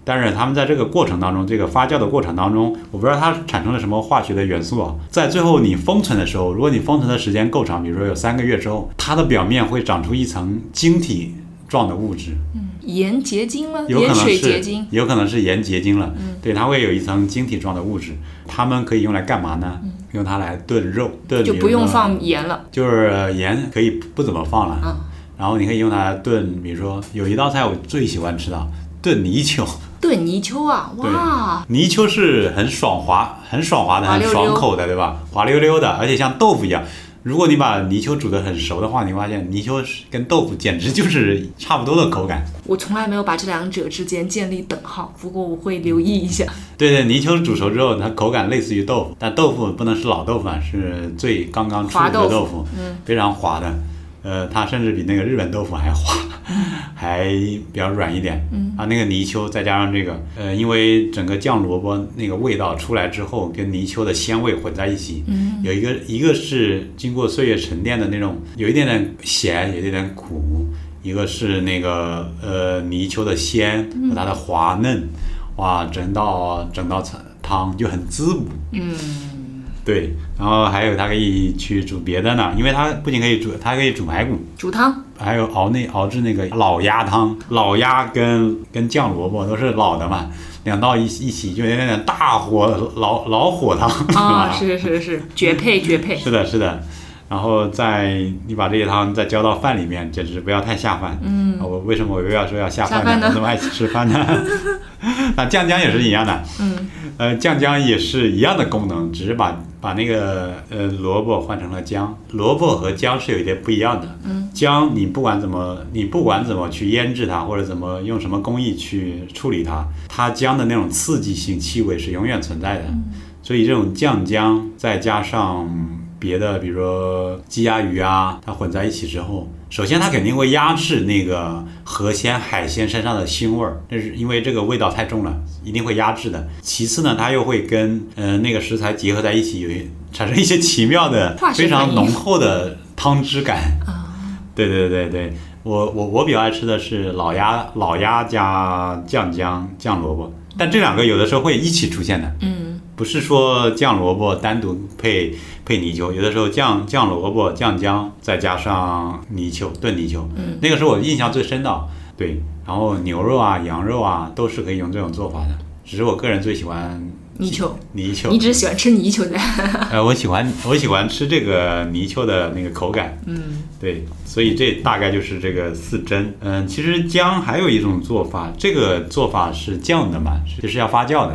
[SPEAKER 1] 但是他们在这个过程当中，这个发酵的过程当中，我不知道它产生了什么化学的元素啊。在最后你封存的时候，如果你封存的时间够长，比如说有三个月之后，它的表面会长出一层晶体状的物质。
[SPEAKER 2] 盐结晶 [laughs] 吗？
[SPEAKER 1] 有可
[SPEAKER 2] 盐
[SPEAKER 1] 能
[SPEAKER 2] 水
[SPEAKER 1] 是
[SPEAKER 2] 结晶，嗯
[SPEAKER 1] 有可能是盐结晶了。对，它会有一层晶体状的物质，它们可以用来干嘛呢？用它来炖肉，炖
[SPEAKER 2] 嗯就
[SPEAKER 1] 比
[SPEAKER 2] 不
[SPEAKER 1] 如
[SPEAKER 2] 用
[SPEAKER 1] 说，
[SPEAKER 2] 放盐了。
[SPEAKER 1] 就是盐可以不怎么放了。
[SPEAKER 2] 啊
[SPEAKER 1] 然后你可以用它来炖，比如说有一道菜我最喜欢吃的炖泥鳅，
[SPEAKER 2] 炖泥鳅啊，哇，
[SPEAKER 1] 泥鳅是很爽滑、很爽滑的、
[SPEAKER 2] 滑
[SPEAKER 1] 很
[SPEAKER 2] 溜溜
[SPEAKER 1] 爽口的，对吧？滑溜溜的，而且像豆腐一样。如果你把泥鳅煮得很熟的话，你会发现泥鳅是跟豆腐简直就是差不多的口感。
[SPEAKER 2] 我从来没有把这两者之间建立等号，不过我会留意一下。
[SPEAKER 1] 对对，泥鳅煮熟之后，它口感类似于豆腐，但豆腐不能是老豆腐啊，是最刚刚出炉
[SPEAKER 2] 滑
[SPEAKER 1] 的
[SPEAKER 2] 豆腐嗯
[SPEAKER 1] 豆腐，非常滑的，呃，它甚至比那个日本豆腐还滑。
[SPEAKER 2] 嗯
[SPEAKER 1] [laughs] 还比较软一点。嗯啊，那个泥鳅再加上这个，呃，因为整个酱萝卜那个味道出来之后，跟泥鳅的鲜味混在一起，嗯，有一个一个是经过岁月沉淀的那种，有一点点咸，有一点点苦，一个是那个呃泥鳅的鲜
[SPEAKER 2] 嗯
[SPEAKER 1] 和它的滑嫩，哇，整道整道菜汤就很滋补。对，然后还有它可以去煮别的呢，因为它不仅可以煮，它可以煮排骨，
[SPEAKER 2] 煮汤，
[SPEAKER 1] 还有熬那熬制那个老鸭汤，老鸭跟跟酱萝卜都是老的嘛，两道一一起就有点点大火老老火汤是吧？
[SPEAKER 2] 啊、是是是是，绝配绝配。
[SPEAKER 1] 是的，是的。然后再你把这些汤再浇到饭里面，简直不要太下饭。嗯，我为什么我又要说要下饭
[SPEAKER 2] 下饭呢
[SPEAKER 1] 我那么爱吃饭呢？ [laughs] 那酱姜也是一样的。嗯，呃，酱姜也是一样的功能，只是把把那个呃萝卜换成了姜。萝卜和姜是有一点不一样的。嗯，姜你不管怎么你不管怎么去腌制它，或者怎么用什么工艺去处理它，它姜的那种刺激性气味是永远存在的。所以这种酱姜再加上别的，比如说鸡鸭鱼啊，它混在一起之后，首先它肯定会压制那个河鲜海鲜身上的腥味儿，这是因为这个味道太重了，一定会压制的。其次呢，它又会跟呃那个食材结合在一起，有一产生一些奇妙的
[SPEAKER 2] 化、学
[SPEAKER 1] 非
[SPEAKER 2] 反
[SPEAKER 1] 常
[SPEAKER 2] 应
[SPEAKER 1] 浓厚的汤汁感。对对对对，我我我比较爱吃的是老鸭老鸭加酱姜酱萝卜，但这两个有的时候会一起出现的。嗯，不是说酱萝卜单独配配泥鳅，有的时候酱酱萝卜酱姜再加上泥鳅炖泥鳅，嗯，那个是我印象最深的。对，然后牛肉啊羊肉啊都是可以用这种做法的，只是我个人最喜欢
[SPEAKER 2] 泥鳅，
[SPEAKER 1] 泥鳅
[SPEAKER 2] 你。只是喜欢吃泥鳅的，
[SPEAKER 1] [laughs] 呃，我喜欢我喜欢吃这个泥鳅的那个口感，
[SPEAKER 2] 嗯，
[SPEAKER 1] 对，所以这大概就是这个四蒸。嗯，其实姜还有一种做法，这个做法是酱的嘛，是就是要发酵的；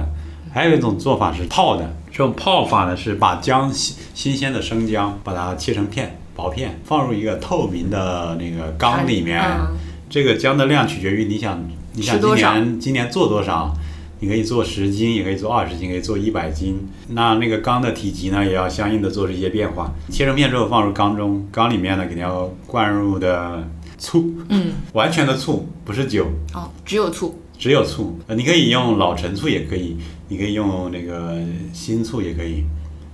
[SPEAKER 1] 还有一种做法是泡的，这种泡法呢是把姜新新鲜的生姜把它切成片薄片，放入一个透明的那个缸里面。啊
[SPEAKER 2] 嗯
[SPEAKER 1] 这个姜的量取决于你想你想
[SPEAKER 2] 吃
[SPEAKER 1] 今
[SPEAKER 2] 多少
[SPEAKER 1] 年今年做多少。你可以做十斤，也可以做二十斤，可以做一百斤。那那个缸的体积呢，也要相应的做出一些变化。切成片之后放入缸中，缸里面呢肯定要灌入的醋，
[SPEAKER 2] 嗯，
[SPEAKER 1] 完全的醋，不是酒，
[SPEAKER 2] 哦，只有醋，
[SPEAKER 1] 只有醋。呃你可以用老陈醋也可以，你可以用那个新醋也可以，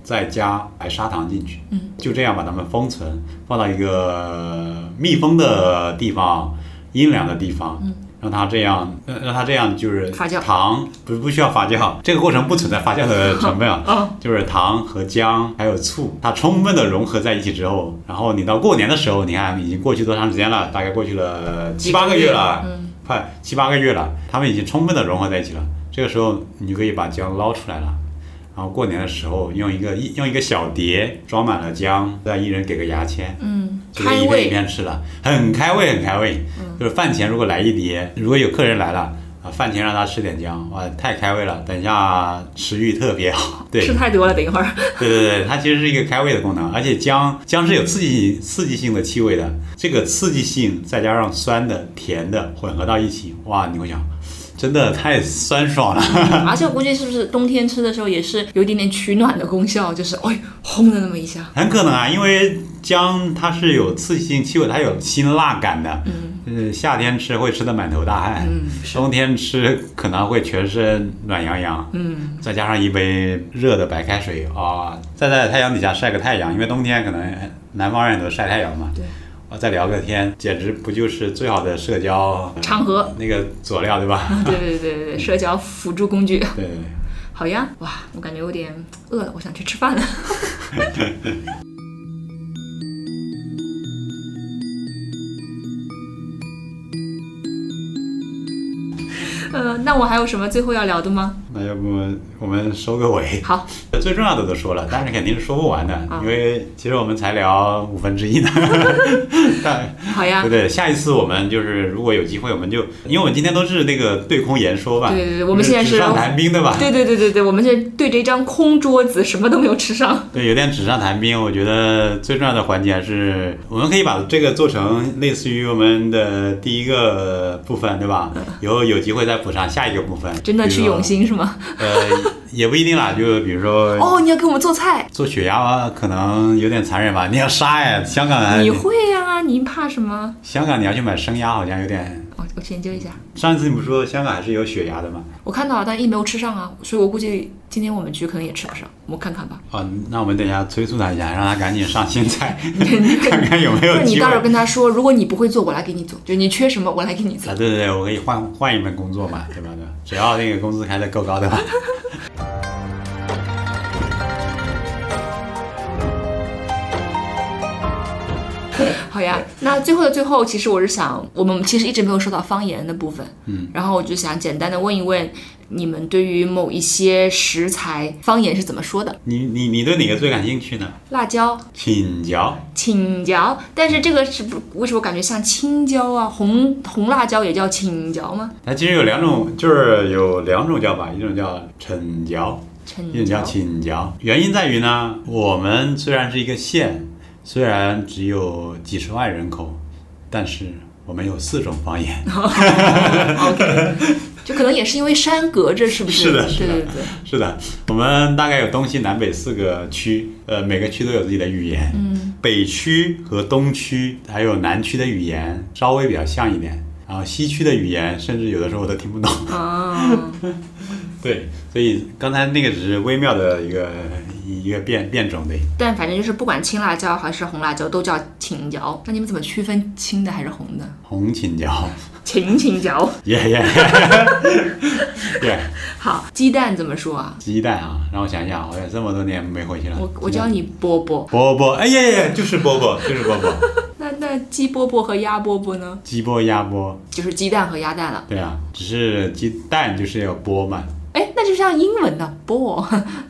[SPEAKER 1] 再加白砂糖进去。嗯，就这样把它们封存，放到一个密封的地方，阴凉的地方。嗯。让它这样，呃让让它这样就是
[SPEAKER 2] 发酵
[SPEAKER 1] 糖不不需要发酵，这个过程不存在发酵的成分啊，
[SPEAKER 2] 嗯
[SPEAKER 1] 就是糖和姜还有醋，它充分的融合在一起之后，然后你到过年的时候，你看已经过去多长时间了？大概过去了七八个月嗯了，快七八个月了，它们已经充分的融合在一起了。这个时候你就可以把姜捞出来了，然后过年的时候用一个一用一个小碟装满了姜，再一人给个牙签，
[SPEAKER 2] 嗯，
[SPEAKER 1] 就
[SPEAKER 2] 开
[SPEAKER 1] 是一片一
[SPEAKER 2] 胃，
[SPEAKER 1] 片吃了，很开胃，很开胃。就是饭前如果来一碟，如果有客人来了。啊，饭前让他吃点姜，哇，太开胃了！等一下食欲特别好。对，
[SPEAKER 2] 吃太多了，等一会儿，
[SPEAKER 1] [laughs] 对对对，它其实是一个开胃的功能，而且姜姜是有刺激刺激性的气味的，这个刺激性再加上酸的、甜的混合到一起，哇，你会想，真的太酸爽了。
[SPEAKER 2] 而且我估计是不是冬天吃的时候也是有一点点取暖的功效，就是哎轰的那么一下，
[SPEAKER 1] 很可能啊，因为姜它是有刺激性气味，它有辛辣感的。嗯，呃，夏天吃会吃得满头大汗，
[SPEAKER 2] 嗯
[SPEAKER 1] 冬天吃可能会全身暖洋洋。嗯，再加上一杯热的白开水啊，再在太阳底下晒个太阳，因为冬天可能呃南方人都晒太阳嘛。
[SPEAKER 2] 对。
[SPEAKER 1] 啊，再聊个天，简直不就是最好的社交呃
[SPEAKER 2] 场合？
[SPEAKER 1] 那个佐料对
[SPEAKER 2] [laughs]
[SPEAKER 1] 吧？
[SPEAKER 2] 对对对对对，社交辅助工具，
[SPEAKER 1] 对对对。
[SPEAKER 2] 好呀，哇，我感觉有点饿了，我想去吃饭了。呃，那我还有什么最后要聊的吗？
[SPEAKER 1] 那要不我们收个尾。
[SPEAKER 2] 好，
[SPEAKER 1] 最重要的都说了，但是肯定是说不完的，
[SPEAKER 2] 啊
[SPEAKER 1] 因为其实我们才聊五分之一
[SPEAKER 2] [laughs]
[SPEAKER 1] 呢。但
[SPEAKER 2] 好呀
[SPEAKER 1] 对，对，下一次我们就是如果有机会，我们就因为我们今天都是那个对空言说吧，
[SPEAKER 2] 对对对我们现在是
[SPEAKER 1] 纸上谈兵对吧？
[SPEAKER 2] 对对对对对，我们这对着一张空桌子，什么都没有吃上。
[SPEAKER 1] 对，有点纸上谈兵。我觉得最重要的环节还是，我们可以把这个做成类似于我们的第一个部分，对吧？以后有机会再补上下一个部分。
[SPEAKER 2] 嗯
[SPEAKER 1] 啊
[SPEAKER 2] 真的
[SPEAKER 1] 比如
[SPEAKER 2] 去
[SPEAKER 1] 说
[SPEAKER 2] 永兴是吗？
[SPEAKER 1] 呃，也不一定啦，就比如说
[SPEAKER 2] 哦，你要给我们做菜，
[SPEAKER 1] 做血鸭可能有点残忍吧？你要杀呀，香港还
[SPEAKER 2] 你会呀、你怕什么？
[SPEAKER 1] 香港你要去买生鸭，好像有点。
[SPEAKER 2] 哦，我去研究一下。
[SPEAKER 1] 上一次你不是说香港还是有血鸭的吗？
[SPEAKER 2] 我看到了，但一没有吃上啊，所以我估计今天我们去可能也吃不上，我们看看吧。
[SPEAKER 1] 哦，那我们等一下催促他一下，让他赶紧上新菜，看看有没
[SPEAKER 2] 或
[SPEAKER 1] 有
[SPEAKER 2] 者你
[SPEAKER 1] 机
[SPEAKER 2] 待会儿
[SPEAKER 1] 会。
[SPEAKER 2] 跟他说，如果你不会做，我来给你做，就你缺什么，我来给你做
[SPEAKER 1] 啊，。对对对，我可以换换一份工作嘛，对吧？对吧？只要那个工资开的够高的话。 [laughs]
[SPEAKER 2] 好呀，那最后的最后，其实我是想，我们其实一直没有说到方言的部分，嗯，然后我就想简单的问一问你们对于某一些食材方言是怎么说的？
[SPEAKER 1] 你你你对哪个最感兴趣呢？
[SPEAKER 2] 辣椒、
[SPEAKER 1] 请教。
[SPEAKER 2] 青椒，但是这个是不为什么感觉像青椒啊？红红辣椒也叫青椒吗？
[SPEAKER 1] 它其实有两种，就是有两种叫法，一种叫陈椒，
[SPEAKER 2] 陈
[SPEAKER 1] 一种叫
[SPEAKER 2] 椒，
[SPEAKER 1] 请椒。原因在于呢，我们虽然是一个县，虽然只有几十万人口，但是我们有四种方言。
[SPEAKER 2] 就可能也是因为山隔着，是不
[SPEAKER 1] 是的是的
[SPEAKER 2] 对对对。
[SPEAKER 1] 是的，我们大概有东西南北四个区，呃，每个区都有自己的语言。嗯，北区和东区还有南区的语言稍微比较像一点，然后西区的语言甚至有的时候我都听不懂。 [laughs]
[SPEAKER 2] 啊，
[SPEAKER 1] 对，所以刚才那个只是微妙的一个一个变变种的。
[SPEAKER 2] 但反正就是不管青辣椒还是红辣椒都叫青椒，那你们怎么区分青的还是红的？
[SPEAKER 1] 红青椒，
[SPEAKER 2] 青青椒。
[SPEAKER 1] 耶耶， [laughs] 对，
[SPEAKER 2] 好，鸡蛋怎么说啊？
[SPEAKER 1] 鸡蛋啊，让我想一想，我也这么多年没回去了。
[SPEAKER 2] 我我教你波波，
[SPEAKER 1] 波波，哎呀呀，就是波波，就是波波，
[SPEAKER 2] 那那鸡波波和鸭波波呢？
[SPEAKER 1] 鸡波鸭波，
[SPEAKER 2] 就是鸡蛋和鸭蛋了。
[SPEAKER 1] 对啊，只是鸡蛋就是要波嘛。
[SPEAKER 2] 哎，那就像英文的 ball，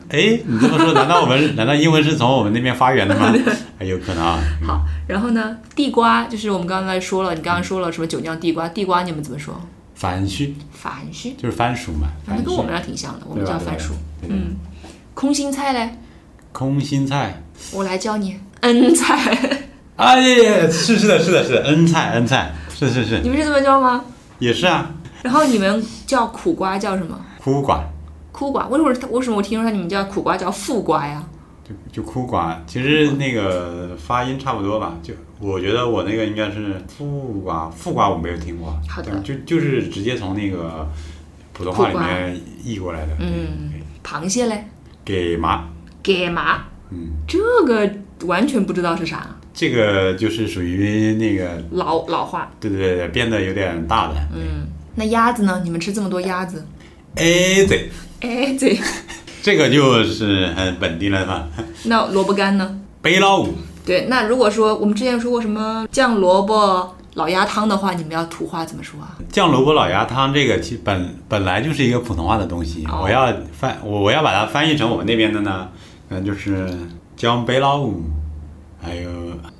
[SPEAKER 1] 哎，你这么说，难道我们 [laughs] 难道英文是从我们那边发源的
[SPEAKER 2] [laughs]
[SPEAKER 1] 吗？哎，有可能啊。
[SPEAKER 2] 好， [laughs] 然后呢，地瓜就是我们刚才说了，你刚刚说了什么酒酿地瓜，地瓜你们怎么说？
[SPEAKER 1] 番须
[SPEAKER 2] 番薯，
[SPEAKER 1] 就是番薯嘛，
[SPEAKER 2] 反
[SPEAKER 1] 番
[SPEAKER 2] 正
[SPEAKER 1] 薯
[SPEAKER 2] 跟我们俩挺像的，我
[SPEAKER 1] 对啊
[SPEAKER 2] 们
[SPEAKER 1] 吧
[SPEAKER 2] 叫番薯。。
[SPEAKER 1] 对吧对对
[SPEAKER 2] 嗯，空心菜嘞，
[SPEAKER 1] 空心菜，
[SPEAKER 2] 我来教你。 [laughs] 恩菜，
[SPEAKER 1] 啊耶耶，是是的，是的，是的，恩菜恩菜，是是是，
[SPEAKER 2] 你们是这么叫吗？
[SPEAKER 1] 也是啊，
[SPEAKER 2] 然后你们叫苦瓜叫什么？
[SPEAKER 1] 苦瓜
[SPEAKER 2] 苦瓜？为什么为什么我听说你们叫苦瓜叫富瓜呀？
[SPEAKER 1] 就就苦瓜，其实那个发音差不多吧，就我觉得我那个应该是富瓜，富瓜我没有听过，
[SPEAKER 2] 好的
[SPEAKER 1] 对就就是直接从那个普通话里面译过来的，
[SPEAKER 2] 嗯，螃蟹嘞，
[SPEAKER 1] 给麻，
[SPEAKER 2] 给麻，
[SPEAKER 1] 嗯，
[SPEAKER 2] 这个完全不知道是啥，
[SPEAKER 1] 这个就是属于那个，
[SPEAKER 2] 老老话。
[SPEAKER 1] 对对对，变得有点大的，
[SPEAKER 2] 嗯，那鸭子呢？你们吃这么多鸭子？
[SPEAKER 1] 哎对，
[SPEAKER 2] 哎，对。
[SPEAKER 1] 这个就是很本地了嘛，
[SPEAKER 2] 那萝卜干呢？
[SPEAKER 1] [laughs] 背老五，
[SPEAKER 2] 对，那如果说我们之前说过什么酱萝卜老鸭汤的话，你们要土话怎么说啊？
[SPEAKER 1] 酱萝卜老鸭汤这个其本本来就是一个普通话的东西，
[SPEAKER 2] 哦
[SPEAKER 1] 我要翻我我要把它翻译成我们那边的呢，可能就是江北老五，还有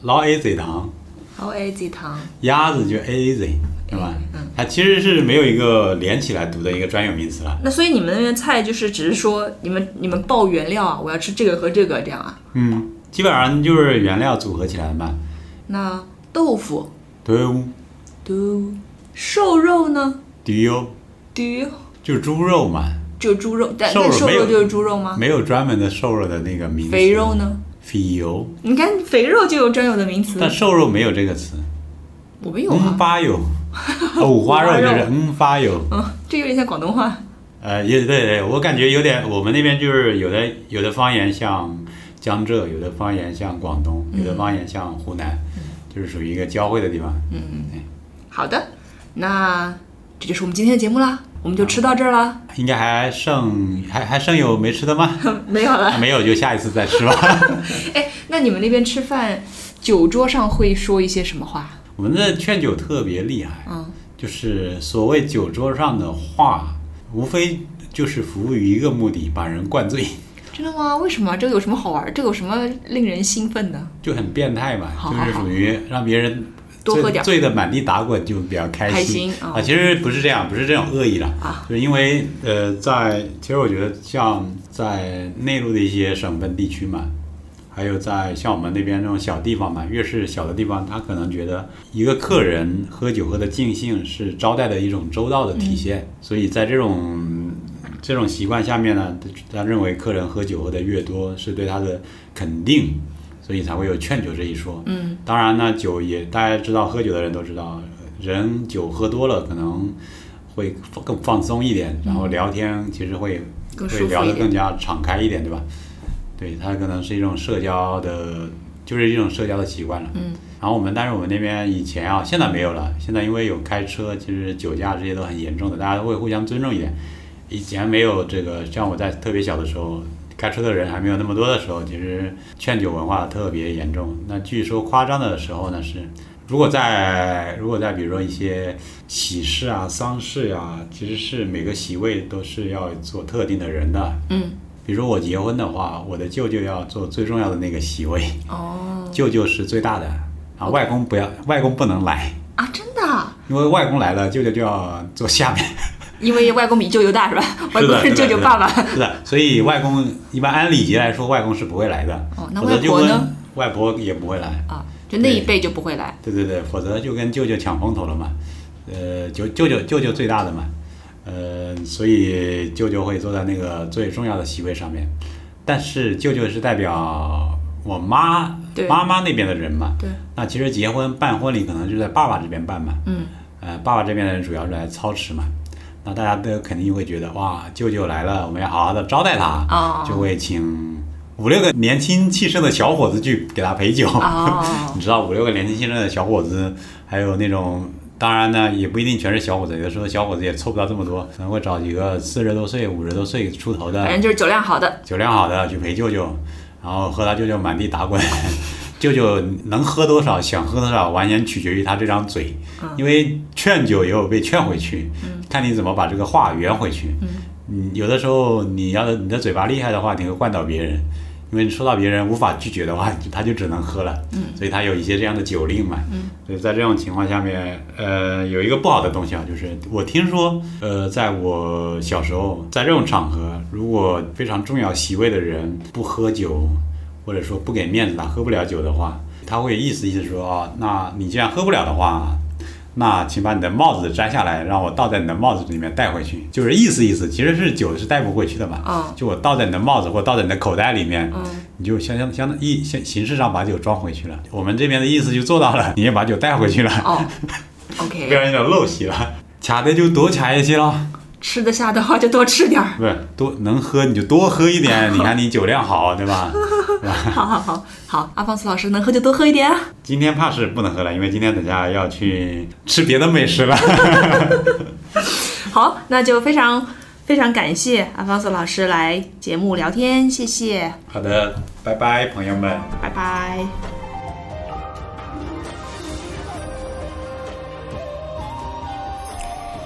[SPEAKER 1] 老 A Z 糖，
[SPEAKER 2] 好 A Z 汤，
[SPEAKER 1] 鸭子就 A Z 对吧？
[SPEAKER 2] 嗯
[SPEAKER 1] 它其实是没有一个连起来读的一个专有名词了。
[SPEAKER 2] 那所以你们那边菜就是只是说你们你们报原料啊，我要吃这个和这个这样啊。
[SPEAKER 1] 嗯，基本上就是原料组合起来的嘛。
[SPEAKER 2] 那豆腐
[SPEAKER 1] 对
[SPEAKER 2] 嘟，瘦肉呢
[SPEAKER 1] 丢
[SPEAKER 2] 嘟，
[SPEAKER 1] 就是猪肉嘛，
[SPEAKER 2] 就猪肉，但
[SPEAKER 1] 瘦肉
[SPEAKER 2] 但瘦
[SPEAKER 1] 没有
[SPEAKER 2] 肉就是猪肉吗？
[SPEAKER 1] 没有专门的瘦肉的那个名词。
[SPEAKER 2] 肥肉？呢？嗯
[SPEAKER 1] 肥油，
[SPEAKER 2] 你看肥肉就有专有的名词
[SPEAKER 1] 但，瘦肉没有这个词。
[SPEAKER 2] 我们有
[SPEAKER 1] 嗯
[SPEAKER 2] 啊。
[SPEAKER 1] 发油，哦五花肉就是嗯发油。
[SPEAKER 2] 嗯，这有点像广东话。
[SPEAKER 1] 呃，也对对，我感觉有点，我们那边就是有的有的方言像江浙，有的方言像广东，有的方言像湖南，就是属于一个交汇的地方。
[SPEAKER 2] 好的，那这就是我们今天的节目啦，我们就吃到这儿啦， [laughs]
[SPEAKER 1] 应该还剩还还剩有没吃的吗？ [laughs] 啊
[SPEAKER 2] 没有了。
[SPEAKER 1] 没有就下一次再吃吧。
[SPEAKER 2] 哎，那你们那边吃饭，酒桌上会说一些什么话？
[SPEAKER 1] 我们的劝酒特别厉害，
[SPEAKER 2] 嗯，
[SPEAKER 1] 就是所谓酒桌上的话，无非就是服务于一个目的，把人灌醉。
[SPEAKER 2] 真的吗？为什么？这个有什么好玩儿？这个有什么令人兴奋的？
[SPEAKER 1] 就很变态嘛，
[SPEAKER 2] 好
[SPEAKER 1] 就是
[SPEAKER 2] 好好
[SPEAKER 1] 属于让别人
[SPEAKER 2] 多
[SPEAKER 1] 醉
[SPEAKER 2] 喝点儿
[SPEAKER 1] 醉的满地打滚就比较开
[SPEAKER 2] 开
[SPEAKER 1] 心
[SPEAKER 2] 心啊
[SPEAKER 1] 啊。其实不是这样，不是这种恶意啦，
[SPEAKER 2] 啊
[SPEAKER 1] 就是因为呃，在其实我觉得像在内陆的一些省份地区嘛。还有在像我们那边这种小地方嘛，越是小的地方，他可能觉得一个客人
[SPEAKER 2] 嗯
[SPEAKER 1] 喝酒喝的尽兴是招待的一种周到的体现，所以在这种这种习惯下面呢，他认为客人喝酒喝的越多是对他的肯定，所以才会有劝酒这一说。
[SPEAKER 2] 嗯，
[SPEAKER 1] 当然呢，酒也大家知道，喝酒的人都知道，人酒喝多了可能会更放松一点，然后聊天其实会
[SPEAKER 2] 更
[SPEAKER 1] 会
[SPEAKER 2] 舒服一
[SPEAKER 1] 聊得
[SPEAKER 2] 点
[SPEAKER 1] 更加敞开一点，对吧？对，它可能是一种社交的，就是一种社交的习惯了。
[SPEAKER 2] 嗯，
[SPEAKER 1] 然后我们，但是我们那边以前啊，现在没有了。现在因为有开车，其实酒驾这些都很严重的，大家都会互相尊重一点。以前没有这个，像我在特别小的时候，开车的人还没有那么多的时候，其实劝酒文化特别严重。那据说夸张的时候呢是，如果在如果在比如说一些喜事啊、丧事呀、其实是每个席位都是要做特定的人的。
[SPEAKER 2] 嗯，
[SPEAKER 1] 比如说我结婚的话，我的舅舅要做最重要的那个席位，
[SPEAKER 2] 哦
[SPEAKER 1] 舅舅是最大的啊，外公不要，外公不能来，
[SPEAKER 2] 啊，真的啊，
[SPEAKER 1] 因为外公来了，舅舅就要坐下面。
[SPEAKER 2] 因为外公比舅舅大是吧？ [laughs] 外
[SPEAKER 1] 是
[SPEAKER 2] 公
[SPEAKER 1] 的，
[SPEAKER 2] 是舅舅爸爸。
[SPEAKER 1] 是的，所以外公一般按礼节来说，外公是不会来的。
[SPEAKER 2] 哦那
[SPEAKER 1] 否则就
[SPEAKER 2] 外婆
[SPEAKER 1] 跟
[SPEAKER 2] 呢？
[SPEAKER 1] 外婆也不会来。
[SPEAKER 2] 啊，就那一辈就不会来。
[SPEAKER 1] 对对对，否则就跟舅舅抢风头了嘛。呃，舅舅舅舅舅最大的嘛，呃，所以舅舅会坐在那个最重要的席位上面。但是舅舅是代表我妈
[SPEAKER 2] 对
[SPEAKER 1] 妈妈那边的人嘛。
[SPEAKER 2] 对，
[SPEAKER 1] 那其实结婚办婚礼可能就在爸爸这边办嘛。
[SPEAKER 2] 嗯，
[SPEAKER 1] 呃，爸爸这边的人主要是来操持嘛。那大家都肯定会觉得哇，舅舅来了，我们要好好的招待他，
[SPEAKER 2] 哦
[SPEAKER 1] 就会请五六个年轻气盛的小伙子去给他陪酒。
[SPEAKER 2] 哦，
[SPEAKER 1] 你知道五六个年轻气盛的小伙子，还有那种，当然呢，也不一定全是小伙子，有的时候小伙子也凑不到这么多，可能会找几个四十多岁、五十多岁出头
[SPEAKER 2] 反
[SPEAKER 1] 的
[SPEAKER 2] 正就是酒量好的。
[SPEAKER 1] 酒量好的去陪舅舅，然后喝他舅舅满地打滚。舅舅能喝多少，想喝多少，完全取决于他这张嘴，因为劝酒也有被劝回去，看你怎么把这个话圆回去。嗯，有的时候你要你的嘴巴厉害的话，你会灌倒别人，因为你说到别人无法拒绝的话，就他就只能喝了。嗯，所以他有一些这样的酒令嘛。嗯，所以在这种情况下面，呃，有一个不好的东西啊，就是我听说，呃，在我小时候，在这种场合，如果非常重要席位的人不喝酒，或者说不给面子他喝不了酒的话，他会意思意思说啊，那你既然喝不了的话，那请把你的帽子摘下来，让我倒在你的帽子里面带回去，就是意思意思。其实是酒是带不回去的嘛，
[SPEAKER 2] 嗯
[SPEAKER 1] 就我倒在你的帽子或倒在你的口袋里面，
[SPEAKER 2] 嗯
[SPEAKER 1] 你就相相相当意形形式上把酒装回去了。我们这边的意思就做到了， [laughs] 你也把酒带回去了，
[SPEAKER 2] 哦
[SPEAKER 1] [laughs] 不
[SPEAKER 2] ，OK，
[SPEAKER 1] 然有点陋习了。卡的就多卡一些咯，
[SPEAKER 2] 哦吃得下的话就多吃点儿。 [laughs]
[SPEAKER 1] 不是多能喝你就多喝一点， [laughs] 你看你酒量好，对吧？ [laughs]
[SPEAKER 2] 好好好好，阿方索老师能喝就多喝一点啊。
[SPEAKER 1] 今天怕是不能喝了，因为今天等下要去吃别的美食了。 [laughs]
[SPEAKER 2] 好，那就非常非常感谢阿方索老师来节目聊天，谢谢，
[SPEAKER 1] 好的，拜拜，朋友们。
[SPEAKER 2] 拜拜。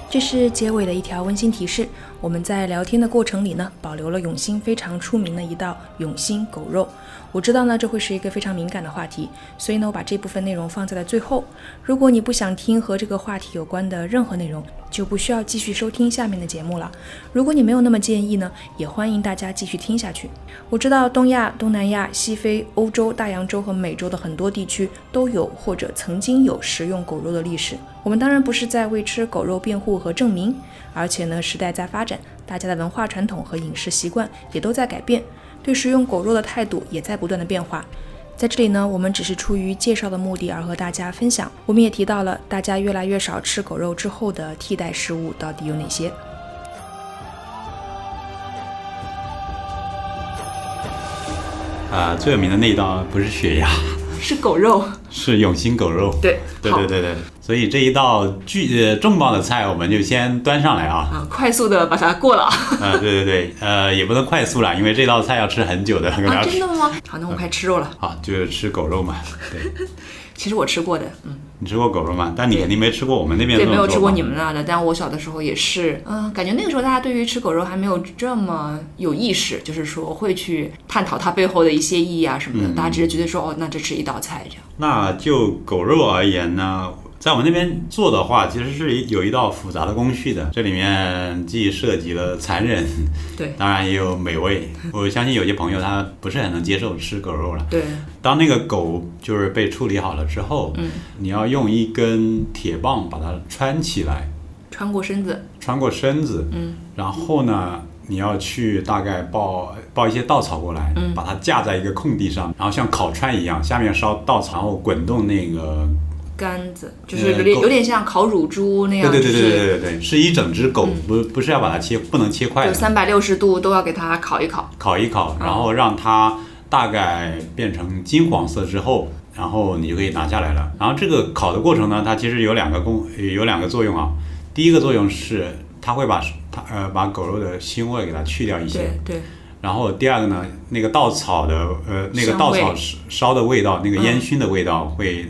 [SPEAKER 3] 这是结尾的一条温馨提示。我们在聊天的过程里呢，保留了永兴非常出名的一道永兴狗肉。我知道呢，这会是一个非常敏感的话题，所以呢，我把这部分内容放在了最后。如果你不想听和这个话题有关的任何内容，就不需要继续收听下面的节目了。如果你没有那么介意呢，也欢迎大家继续听下去。我知道东亚、东南亚、西非、欧洲、大洋洲和美洲的很多地区都有或者曾经有食用狗肉的历史。我们当然不是在为吃狗肉辩护和证明，而且呢，时代在发展，大家的文化传统和饮食习惯也都在改变，对食用狗肉的态度也在不断的变化。在这里呢，我们只是出于介绍的目的而和大家分享。我们也提到了大家越来越少吃狗肉之后的替代食物到底有哪些。
[SPEAKER 1] 啊、最有名的那一道不是血鸭，
[SPEAKER 2] 是狗肉，
[SPEAKER 1] [laughs]
[SPEAKER 2] [laughs]
[SPEAKER 1] 是永兴狗肉。
[SPEAKER 2] 对，
[SPEAKER 1] 对
[SPEAKER 2] 好
[SPEAKER 1] 对对对，所以这一道巨呃重磅的菜，我们就先端上来啊。
[SPEAKER 2] 啊，快速的把它过
[SPEAKER 1] [laughs]
[SPEAKER 2] 了啊！
[SPEAKER 1] 呃，对对对，呃，也不能快速啦，因为这道菜要吃很久的，跟大家
[SPEAKER 2] 啊真
[SPEAKER 1] 吃
[SPEAKER 2] 的吗？好，那我快吃肉了。
[SPEAKER 1] 啊，就是吃狗肉嘛。对，
[SPEAKER 2] 其实我吃过的，嗯，
[SPEAKER 1] 你吃过狗肉吗？但你肯定没吃过我们那边的
[SPEAKER 2] 对，
[SPEAKER 1] 那
[SPEAKER 2] 没
[SPEAKER 1] 种
[SPEAKER 2] 有吃
[SPEAKER 1] 做
[SPEAKER 2] 过
[SPEAKER 1] 法
[SPEAKER 2] 你们那的，但我小的时候也是，嗯、感觉那个时候大家对于吃狗肉还没有这么有意识，就是说会去探讨它背后的一些意义啊什么
[SPEAKER 1] 嗯
[SPEAKER 2] 的，大家只是觉得说，哦，那这是一道菜这样。
[SPEAKER 1] 那就狗肉而言呢，在我们那边做的话，其实是有一道复杂的工序的，这里面既涉及了残忍，
[SPEAKER 2] 对
[SPEAKER 1] 当然也有美味。我相信有些朋友他不是很能接受吃狗肉了。
[SPEAKER 2] 对，
[SPEAKER 1] 当那个狗就是被处理好了之后，
[SPEAKER 2] 嗯，
[SPEAKER 1] 你要用一根铁棒把它穿起来，
[SPEAKER 2] 穿过身子，
[SPEAKER 1] 穿过身子，
[SPEAKER 2] 嗯，
[SPEAKER 1] 然后呢，你要去大概抱抱一些稻草过来，
[SPEAKER 2] 嗯
[SPEAKER 1] 把它架在一个空地上，然后像烤串一样，下面烧稻草，然后滚动那个
[SPEAKER 2] 杆子就是有点有点像烤乳猪那样，
[SPEAKER 1] 嗯对对对对
[SPEAKER 2] 就是
[SPEAKER 1] 对哎对对，是一整只狗，不不是要把它切，不能切块
[SPEAKER 2] 就
[SPEAKER 1] 的，
[SPEAKER 2] 三百嗯六十度都要给它烤一烤。
[SPEAKER 1] 烤一烤，然后让它大概变成金黄色之后，然后你就可以拿下来了。然后这个烤的过程呢，它其实有两个功，有两个作用啊。第一个作用是它会把它呃把狗肉的腥味给它去掉一些
[SPEAKER 2] 对，对，
[SPEAKER 1] 然后第二个呢，那个稻草的呃那个
[SPEAKER 2] 香
[SPEAKER 1] 稻草
[SPEAKER 2] 味
[SPEAKER 1] 烧的味道，那个烟熏的味道会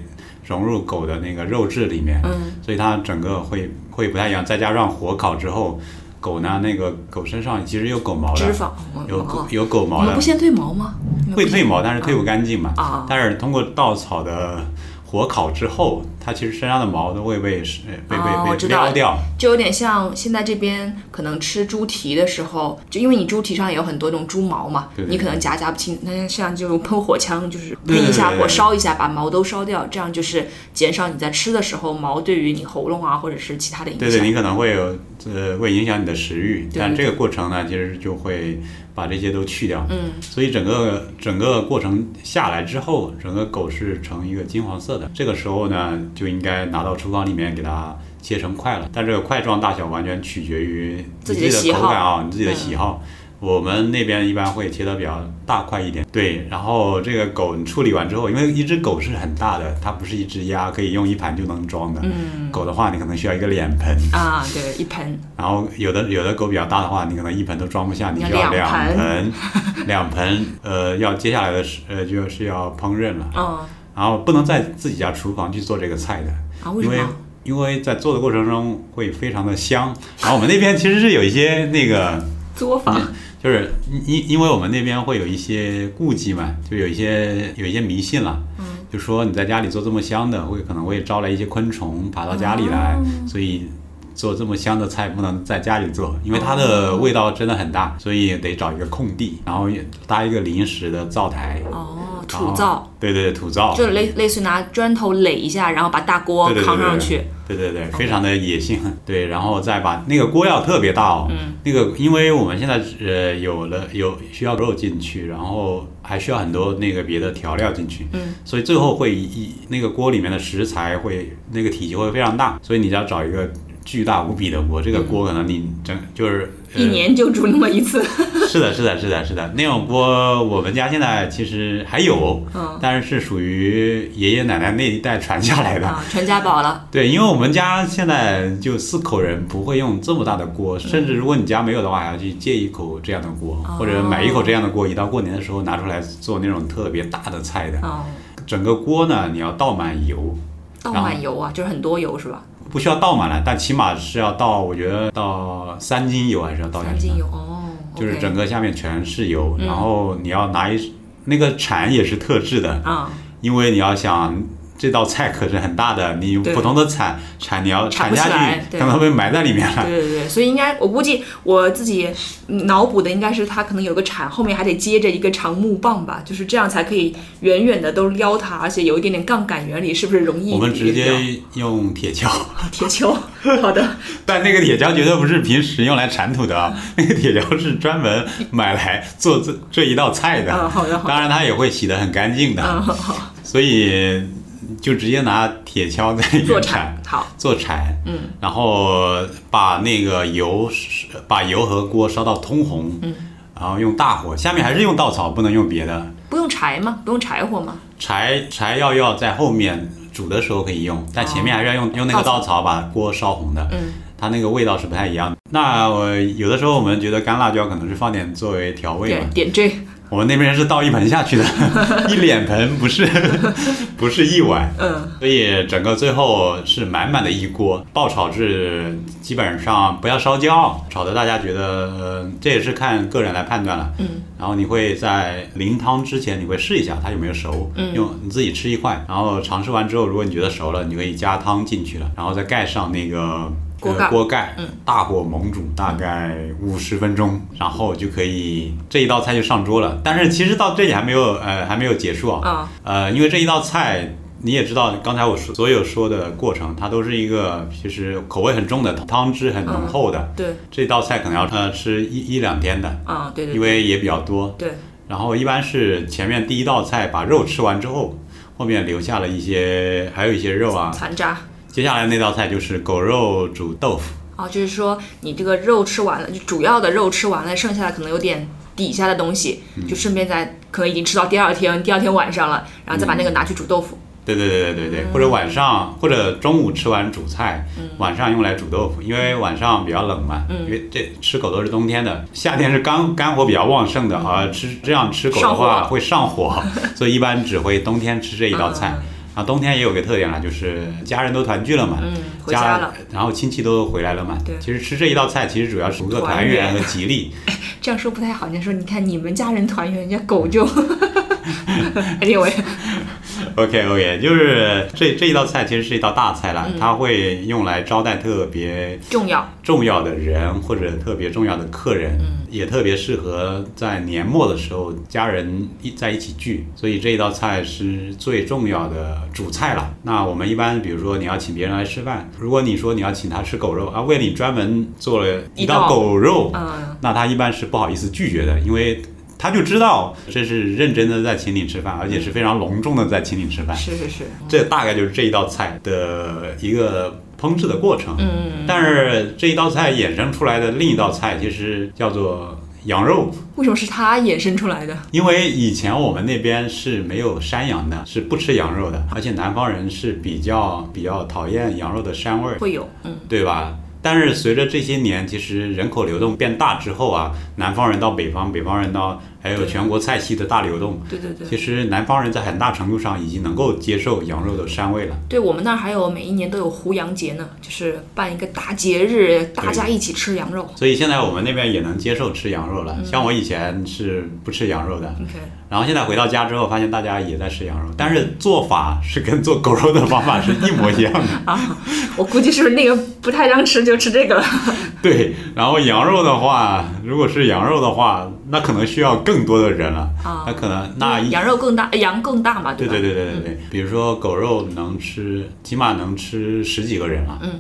[SPEAKER 1] 融入狗的那个肉质里面，
[SPEAKER 2] 嗯，
[SPEAKER 1] 所以它整个会会不太一样。再加上火烤之后，狗呢那个狗身上其实有狗毛的，
[SPEAKER 2] 脂肪嗯
[SPEAKER 1] 有
[SPEAKER 2] 毛
[SPEAKER 1] 狗
[SPEAKER 2] 啊
[SPEAKER 1] 有狗毛
[SPEAKER 2] 你们
[SPEAKER 1] 的
[SPEAKER 2] 不，先褪毛吗？你们
[SPEAKER 1] 会
[SPEAKER 2] 不先
[SPEAKER 1] 褪毛，但是褪不干净嘛。
[SPEAKER 2] 啊啊
[SPEAKER 1] 但是通过稻草的火烤之后，它其实身上的毛都会被是呃被被
[SPEAKER 2] 哦我
[SPEAKER 1] 被
[SPEAKER 2] 知道
[SPEAKER 1] 撩掉，
[SPEAKER 2] 就有点像现在这边可能吃猪蹄的时候，就因为你猪蹄上有很多种猪毛嘛，
[SPEAKER 1] 对对
[SPEAKER 2] 你可能夹夹不清，那像就用喷火枪，就是
[SPEAKER 1] 对对
[SPEAKER 2] 喷一下
[SPEAKER 1] 对对
[SPEAKER 2] 火
[SPEAKER 1] 对
[SPEAKER 2] 烧一下，把毛都烧掉，这样就是减少你在吃的时候毛对于你喉咙啊或者是其他的影
[SPEAKER 1] 对对，
[SPEAKER 2] 响。
[SPEAKER 1] 你可能会有呃会影响你的食欲，
[SPEAKER 2] 对
[SPEAKER 1] 但
[SPEAKER 2] 对
[SPEAKER 1] 这个过程呢，其实就会把这些都去掉。嗯，所以整个整个过程下来之后，整个狗是呈一个金黄色的。这个时候呢，就应该拿到厨房里面给它切成块了。但这个块状大小完全取决于你
[SPEAKER 2] 自
[SPEAKER 1] 自
[SPEAKER 2] 己的
[SPEAKER 1] 己
[SPEAKER 2] 喜
[SPEAKER 1] 的
[SPEAKER 2] 好
[SPEAKER 1] 口感啊，你自己的
[SPEAKER 2] 嗯
[SPEAKER 1] 喜好。我们那边一般会切的比较大块一点，对。然后这个狗你处理完之后，因为一只狗是很大的，它不是一只鸭可以用一盘就能装的。嗯，狗的话，你可能需要一个脸盆。
[SPEAKER 2] 啊，对，一盆
[SPEAKER 1] 然后有的有的狗比较大的话，你可能一盆都装不下，你
[SPEAKER 2] 要
[SPEAKER 1] 就要
[SPEAKER 2] 两
[SPEAKER 1] 两
[SPEAKER 2] 盆
[SPEAKER 1] 盆， [laughs] 两盆，呃，要接下来的是呃就是要烹饪了，
[SPEAKER 2] 嗯
[SPEAKER 1] 然后不能在自己家厨房去做这个菜的，
[SPEAKER 2] 啊，为什
[SPEAKER 1] 因为
[SPEAKER 2] 么？
[SPEAKER 1] 因为在做的过程中会非常的香。然后我们那边其实是有一些那个，
[SPEAKER 2] 作坊
[SPEAKER 1] 嗯就是因因为我们那边会有一些顾忌嘛，就有一些有一些迷信了。
[SPEAKER 2] 嗯
[SPEAKER 1] 就说你在家里做这么香的，会可能会招来一些昆虫爬到家里来，
[SPEAKER 2] 哦
[SPEAKER 1] 所以做这么香的菜不能在家里做，因为它
[SPEAKER 2] 哦
[SPEAKER 1] 的味道真的很大，所以得找一个空地，然后也搭一个临时的灶台，
[SPEAKER 2] 哦，
[SPEAKER 1] 然
[SPEAKER 2] 土
[SPEAKER 1] 后
[SPEAKER 2] 灶，，
[SPEAKER 1] 对对对，土灶，
[SPEAKER 2] 就类类似于拿砖头垒一下，然后把大锅
[SPEAKER 1] 对对对
[SPEAKER 2] 扛
[SPEAKER 1] 对
[SPEAKER 2] 上去。
[SPEAKER 1] 对对对，非常的野性，
[SPEAKER 2] 嗯
[SPEAKER 1] 对，然后再把那个锅要特别大哦，那个因为我们现在呃有了有需要肉进去，然后还需要很多那个别的调料进去，
[SPEAKER 2] 嗯，
[SPEAKER 1] 所以最后会一一那个锅里面的食材会那个体积会非常大，所以你要找一个巨大无比的锅，这个
[SPEAKER 2] 嗯
[SPEAKER 1] 锅可能你整就是、呃、
[SPEAKER 2] 一年就煮那么一次，
[SPEAKER 1] 是的，是的，是的，是的，那种锅我们家现在其实还有，
[SPEAKER 2] 嗯
[SPEAKER 1] 但是是属于爷爷奶奶那一代传下来的，
[SPEAKER 2] 啊，全家饱了。
[SPEAKER 1] 对，因为我们家现在就四口人，不会用这么大的锅，甚至如果你家没有的话，还要去借一口这样的锅，
[SPEAKER 2] 哦
[SPEAKER 1] 或者买一口这样的锅，一到过年的时候拿出来做那种特别大的菜的。
[SPEAKER 2] 哦，
[SPEAKER 1] 整个锅呢，你要倒满油，
[SPEAKER 2] 倒
[SPEAKER 1] 然后
[SPEAKER 2] 满油啊，就是很多油是吧？
[SPEAKER 1] 不需要倒满了，但起码是要倒，我觉得倒三斤油还是要倒下
[SPEAKER 2] 三
[SPEAKER 1] 去
[SPEAKER 2] 斤
[SPEAKER 1] 的，
[SPEAKER 2] 油嗯哦，
[SPEAKER 1] 就是整
[SPEAKER 2] 个
[SPEAKER 1] 个下面全是油，然后你要拿一那个铲也是特制的，
[SPEAKER 2] 啊，
[SPEAKER 1] 因为你要想这道菜可是很大的，你用
[SPEAKER 2] 对
[SPEAKER 1] 普通的铲铲你要
[SPEAKER 2] 铲
[SPEAKER 1] 铲
[SPEAKER 2] 不起
[SPEAKER 1] 下
[SPEAKER 2] 来
[SPEAKER 1] 去，
[SPEAKER 2] 对
[SPEAKER 1] 可能被埋在里面了
[SPEAKER 2] 对。对对，所以应该我估计我自己嗯脑补的应该是它可能有个铲，后面还得接着一个长木棒吧，就是这样才可以远远的都撩它，而且有一点点杠杆原理，是不是容易？啊
[SPEAKER 1] 我们直接用铁锹，
[SPEAKER 2] 铁锹，好的，
[SPEAKER 1] [laughs] 但那个铁锹绝对不是平时用来铲土的啊， [laughs] 那个铁锹是专门买来做这这一道菜的。
[SPEAKER 2] 嗯好的好的
[SPEAKER 1] 当然它也会洗得很干净的，
[SPEAKER 2] 嗯，好好
[SPEAKER 1] 所以就直接拿铁锹在里
[SPEAKER 2] 做
[SPEAKER 1] 面
[SPEAKER 2] 铲
[SPEAKER 1] 铲。，
[SPEAKER 2] 好，
[SPEAKER 1] 做柴，嗯，然后把那个油是把油和锅烧到通红，嗯，然后用大火，下面还是用稻草，不能用别的，
[SPEAKER 2] 不用柴吗？不用柴火吗？
[SPEAKER 1] 柴柴要要在后面煮的时候可以用，但前面还是要用、用那个
[SPEAKER 2] 稻
[SPEAKER 1] 稻草把锅烧红的。
[SPEAKER 2] 嗯，
[SPEAKER 1] 它那个味道是不太一样的。那我有的时候我们觉得干辣椒可能是放点作为调味
[SPEAKER 2] 对
[SPEAKER 1] 嘛，，
[SPEAKER 2] 点缀，
[SPEAKER 1] 我们那边是倒一盆下去的， [laughs] 一脸盆不
[SPEAKER 2] [laughs]
[SPEAKER 1] 是不是一碗。
[SPEAKER 2] 嗯，
[SPEAKER 1] 所以整个最后是满满的一锅爆炒制，基本上不要烧焦，炒的大家觉得，呃，这也是看个人来判断了。嗯，然后你会在淋汤之前，你会试一下它有没有熟，嗯，用你自己吃一块，然后尝试完之后，如果你觉得熟了，你可以加汤进去了，然后再盖上那个。
[SPEAKER 2] 锅
[SPEAKER 1] 呃
[SPEAKER 2] 盖
[SPEAKER 1] 锅盖，大火猛煮大概五十分钟，
[SPEAKER 2] 嗯
[SPEAKER 1] 然后就可以这一道菜就上桌了。但是其实到这里还没有，呃，还没有结束啊。
[SPEAKER 2] 啊
[SPEAKER 1] 呃，因为这一道菜你也知道，刚才我说所有说的过程，它都是一个其实口味很重的，汤汁很浓厚的。
[SPEAKER 2] 嗯对，
[SPEAKER 1] 这道菜可能要呃吃一一两天的，
[SPEAKER 2] 啊，对对
[SPEAKER 1] 因
[SPEAKER 2] 对
[SPEAKER 1] 为也比较多。
[SPEAKER 2] 对，
[SPEAKER 1] 然后一般是前面第一道菜把肉吃完之后，后面留下了一些，还有一些肉啊。
[SPEAKER 2] 残渣。
[SPEAKER 1] 接下来那道菜就是狗肉煮豆腐，
[SPEAKER 2] 啊，就是说你这个肉吃完了，就主要的肉吃完了，剩下的可能有点底下的东西，就顺便在可能已经吃到第二天，第二天晚上了，然后再把那个拿去煮豆腐。
[SPEAKER 1] 对对对对对
[SPEAKER 2] 嗯
[SPEAKER 1] 对，或者晚上或者中午吃完主菜，晚上用来煮豆腐，因为晚上比较冷嘛，
[SPEAKER 2] 嗯
[SPEAKER 1] 因为这吃狗都是冬天的，夏天是肝肝火比较旺盛的啊，吃这样吃狗的
[SPEAKER 2] 嗯上
[SPEAKER 1] 话
[SPEAKER 2] 火
[SPEAKER 1] 会上
[SPEAKER 2] [laughs]
[SPEAKER 1] 火，所以一般只会冬天吃这一道菜
[SPEAKER 2] 嗯。
[SPEAKER 1] 啊，冬天也有个特点啦，就是家人都团聚了嘛，
[SPEAKER 2] 嗯回家了，
[SPEAKER 1] 然后亲戚都回来了嘛。
[SPEAKER 2] 对
[SPEAKER 1] 其实吃这一道菜，其实主要是图个
[SPEAKER 2] 团
[SPEAKER 1] 团
[SPEAKER 2] 圆
[SPEAKER 1] 圆和吉利。 [laughs]
[SPEAKER 2] 这样说不太好，人家说你看你们家人团圆，人家狗 [laughs] 就，anyway，
[SPEAKER 1] OK OK，就是这这一道菜其实是一道大菜
[SPEAKER 2] 嗯
[SPEAKER 1] 啦，它会用来招待特别
[SPEAKER 2] 重要。
[SPEAKER 1] 重要的人或者特别重要的客人，
[SPEAKER 2] 嗯
[SPEAKER 1] 也特别适合在年末的时候家人一在一起聚，所以这一道菜是最重要的主菜了。那我们一般比如说你要请别人来吃饭，如果你说你要请他吃狗肉啊，为你专门做了一
[SPEAKER 2] 一道
[SPEAKER 1] 道狗肉，
[SPEAKER 2] 嗯，
[SPEAKER 1] 那他一般是不好意思拒绝的，因为。他就知道这是认真的在请你吃饭，而且是非常隆重的在请你吃饭。
[SPEAKER 2] 是是是，
[SPEAKER 1] 这大概就是这一道菜的一个烹制的过程。嗯，但是这一道菜衍生出来的另一道菜，其实叫做羊肉，
[SPEAKER 2] 为什么是它衍生出来的？
[SPEAKER 1] 因为以前我们那边是没有山羊的，是不吃羊肉的，而且南方人是比较比较讨厌羊肉的膻味儿，
[SPEAKER 2] 会有，嗯，
[SPEAKER 1] 对吧？但是随着这些年，其实人口流动变大之后啊，南方人到北方，北方人到还有全国菜系的大流动，
[SPEAKER 2] 对对对
[SPEAKER 1] 其。实南方人在很大程度上已经能够接受羊肉的膻味了。
[SPEAKER 2] 对我们那儿还有每一年都有胡羊节呢，就是办一个大节日，大家一起吃羊肉。
[SPEAKER 1] 所以现在我们那边也能接受吃羊肉了。
[SPEAKER 2] 嗯
[SPEAKER 1] 像我以前是不吃羊肉的，
[SPEAKER 2] OK，
[SPEAKER 1] 然后现在回到家之后，发现大家也在吃羊肉，但是做法是跟做狗肉的方法是一模一样
[SPEAKER 2] [laughs]
[SPEAKER 1] 的。
[SPEAKER 2] 我估计是不是那个不太让吃就吃这个了？
[SPEAKER 1] 对，然后羊肉的话，如果是羊肉的话，那可能需要更多的人了。
[SPEAKER 2] 啊
[SPEAKER 1] 那可能那一
[SPEAKER 2] 羊肉更大，呃羊更大嘛，
[SPEAKER 1] 对
[SPEAKER 2] 吧？
[SPEAKER 1] 对对对对
[SPEAKER 2] 嗯
[SPEAKER 1] 对，比如说狗肉能吃，起码能吃十几个人啊。
[SPEAKER 2] 嗯。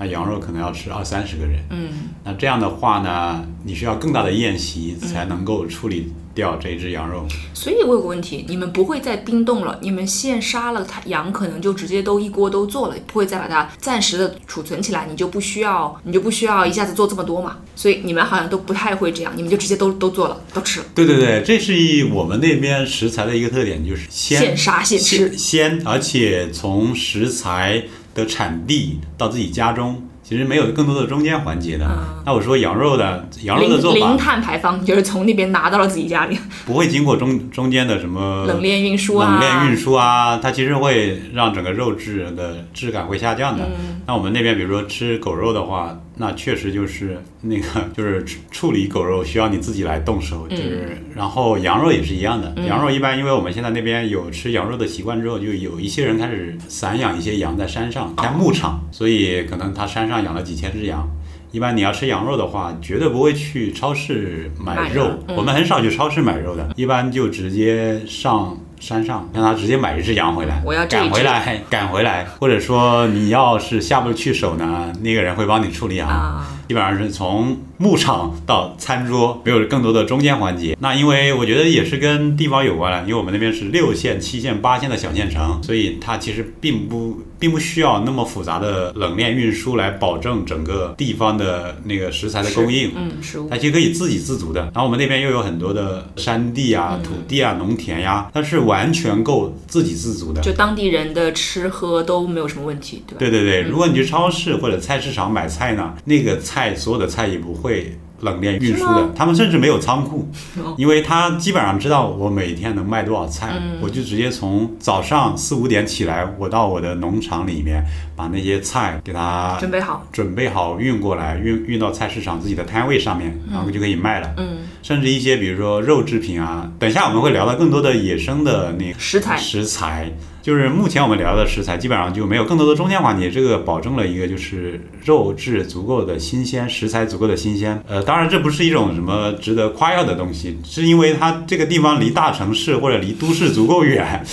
[SPEAKER 1] 那羊肉可能要吃二三十个人，
[SPEAKER 2] 嗯，
[SPEAKER 1] 那这样的话呢，你需要更大的宴席才能够处理掉这只羊肉。
[SPEAKER 2] 所以我有个问题，你们不会再冰冻了，你们现杀了它羊，可能就直接都一锅都做了，不会再把它暂时的储存起来，你就不需要，你就不需要一下子做这么多嘛。所以你们好像都不太会这样，你们就直接都都做了，都吃了，
[SPEAKER 1] 对对对，这是一我们那边食材的一个特点，就是鲜
[SPEAKER 2] 现杀现吃。
[SPEAKER 1] 鲜鲜，而且从食材的产地到自己家中，其实没有更多的中间环节的。
[SPEAKER 2] 啊
[SPEAKER 1] 那我说羊肉的羊肉的
[SPEAKER 2] 零
[SPEAKER 1] 做
[SPEAKER 2] 零
[SPEAKER 1] 法
[SPEAKER 2] 碳排放就是从那边拿到了自己家里，
[SPEAKER 1] 不会经过中中间的什么
[SPEAKER 2] 冷链运输啊，
[SPEAKER 1] 呃冷链运输啊，它其实会让整个肉质的质感会下降的。那我们那边比如说吃狗肉的话，那确实就是那个 [laughs] 就是处处理狗肉需要你自己来动手，就是、然后羊肉也是一样的。羊肉一般因为我们现在那边有吃羊肉的习惯之后，就有一些人开始散养一些羊在山上开牧场，所以可能他山上养了几千只羊。一般你要吃羊肉的话，绝对不会去超市买
[SPEAKER 2] 买
[SPEAKER 1] 肉，
[SPEAKER 2] 的嗯
[SPEAKER 1] 我们很少去超市买肉的，一般就直接上山上，让他直接买一只羊回来，
[SPEAKER 2] 我要这一只
[SPEAKER 1] 赶回来，赶回来，或者说你要是下不去手呢，那个人会帮你处理羊。
[SPEAKER 2] 啊，
[SPEAKER 1] 基本上是从牧场到餐桌，没有更多的中间环节。那因为我觉得也是跟地方有关了，因为我们那边是六线、七线、八线的小县城，所以它其实并不并不需要那么复杂的冷链运输来保证整个地方的那个食材的供应。
[SPEAKER 2] 嗯，食物
[SPEAKER 1] 它其实可以自给自足的。然后我们那边又有很多的山地啊、土地啊、农田呀、它是完全够自给自足的。
[SPEAKER 2] 就当地人的吃喝都没有什么问题，对吧？嗯
[SPEAKER 1] 对对对，如果你去超市或者菜市场买菜呢，那个菜所有的菜也不会冷链运输
[SPEAKER 2] 是
[SPEAKER 1] 的，他们甚至没有仓库
[SPEAKER 2] 哦，
[SPEAKER 1] 因为他基本上知道我每天能卖多少菜，
[SPEAKER 2] 嗯
[SPEAKER 1] 我就直接从早上四五点起来，我到我的农场里面把那些菜给它
[SPEAKER 2] 准备好，
[SPEAKER 1] 准备好运过来，运运到菜市场自己的摊位上面，然后就可以卖了。
[SPEAKER 2] 嗯，
[SPEAKER 1] 甚至一些比如说肉制品啊，等一下我们会聊到更多的野生的那个
[SPEAKER 2] 食材
[SPEAKER 1] 食材。就是目前我们聊的食材基本上就没有更多的中间环节，这个保证了一个就是肉质足够的新鲜，食材足够的新鲜。呃，当然这不是一种什么值得夸耀的东西，是因为它这个地方离大城市
[SPEAKER 2] [laughs] 嗯
[SPEAKER 1] 或者离都市足够远，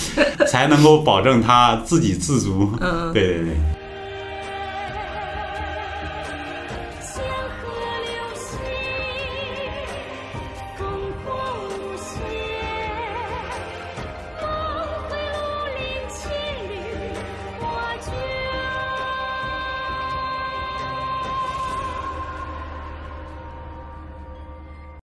[SPEAKER 1] 才能够保证它自给自足。对对对。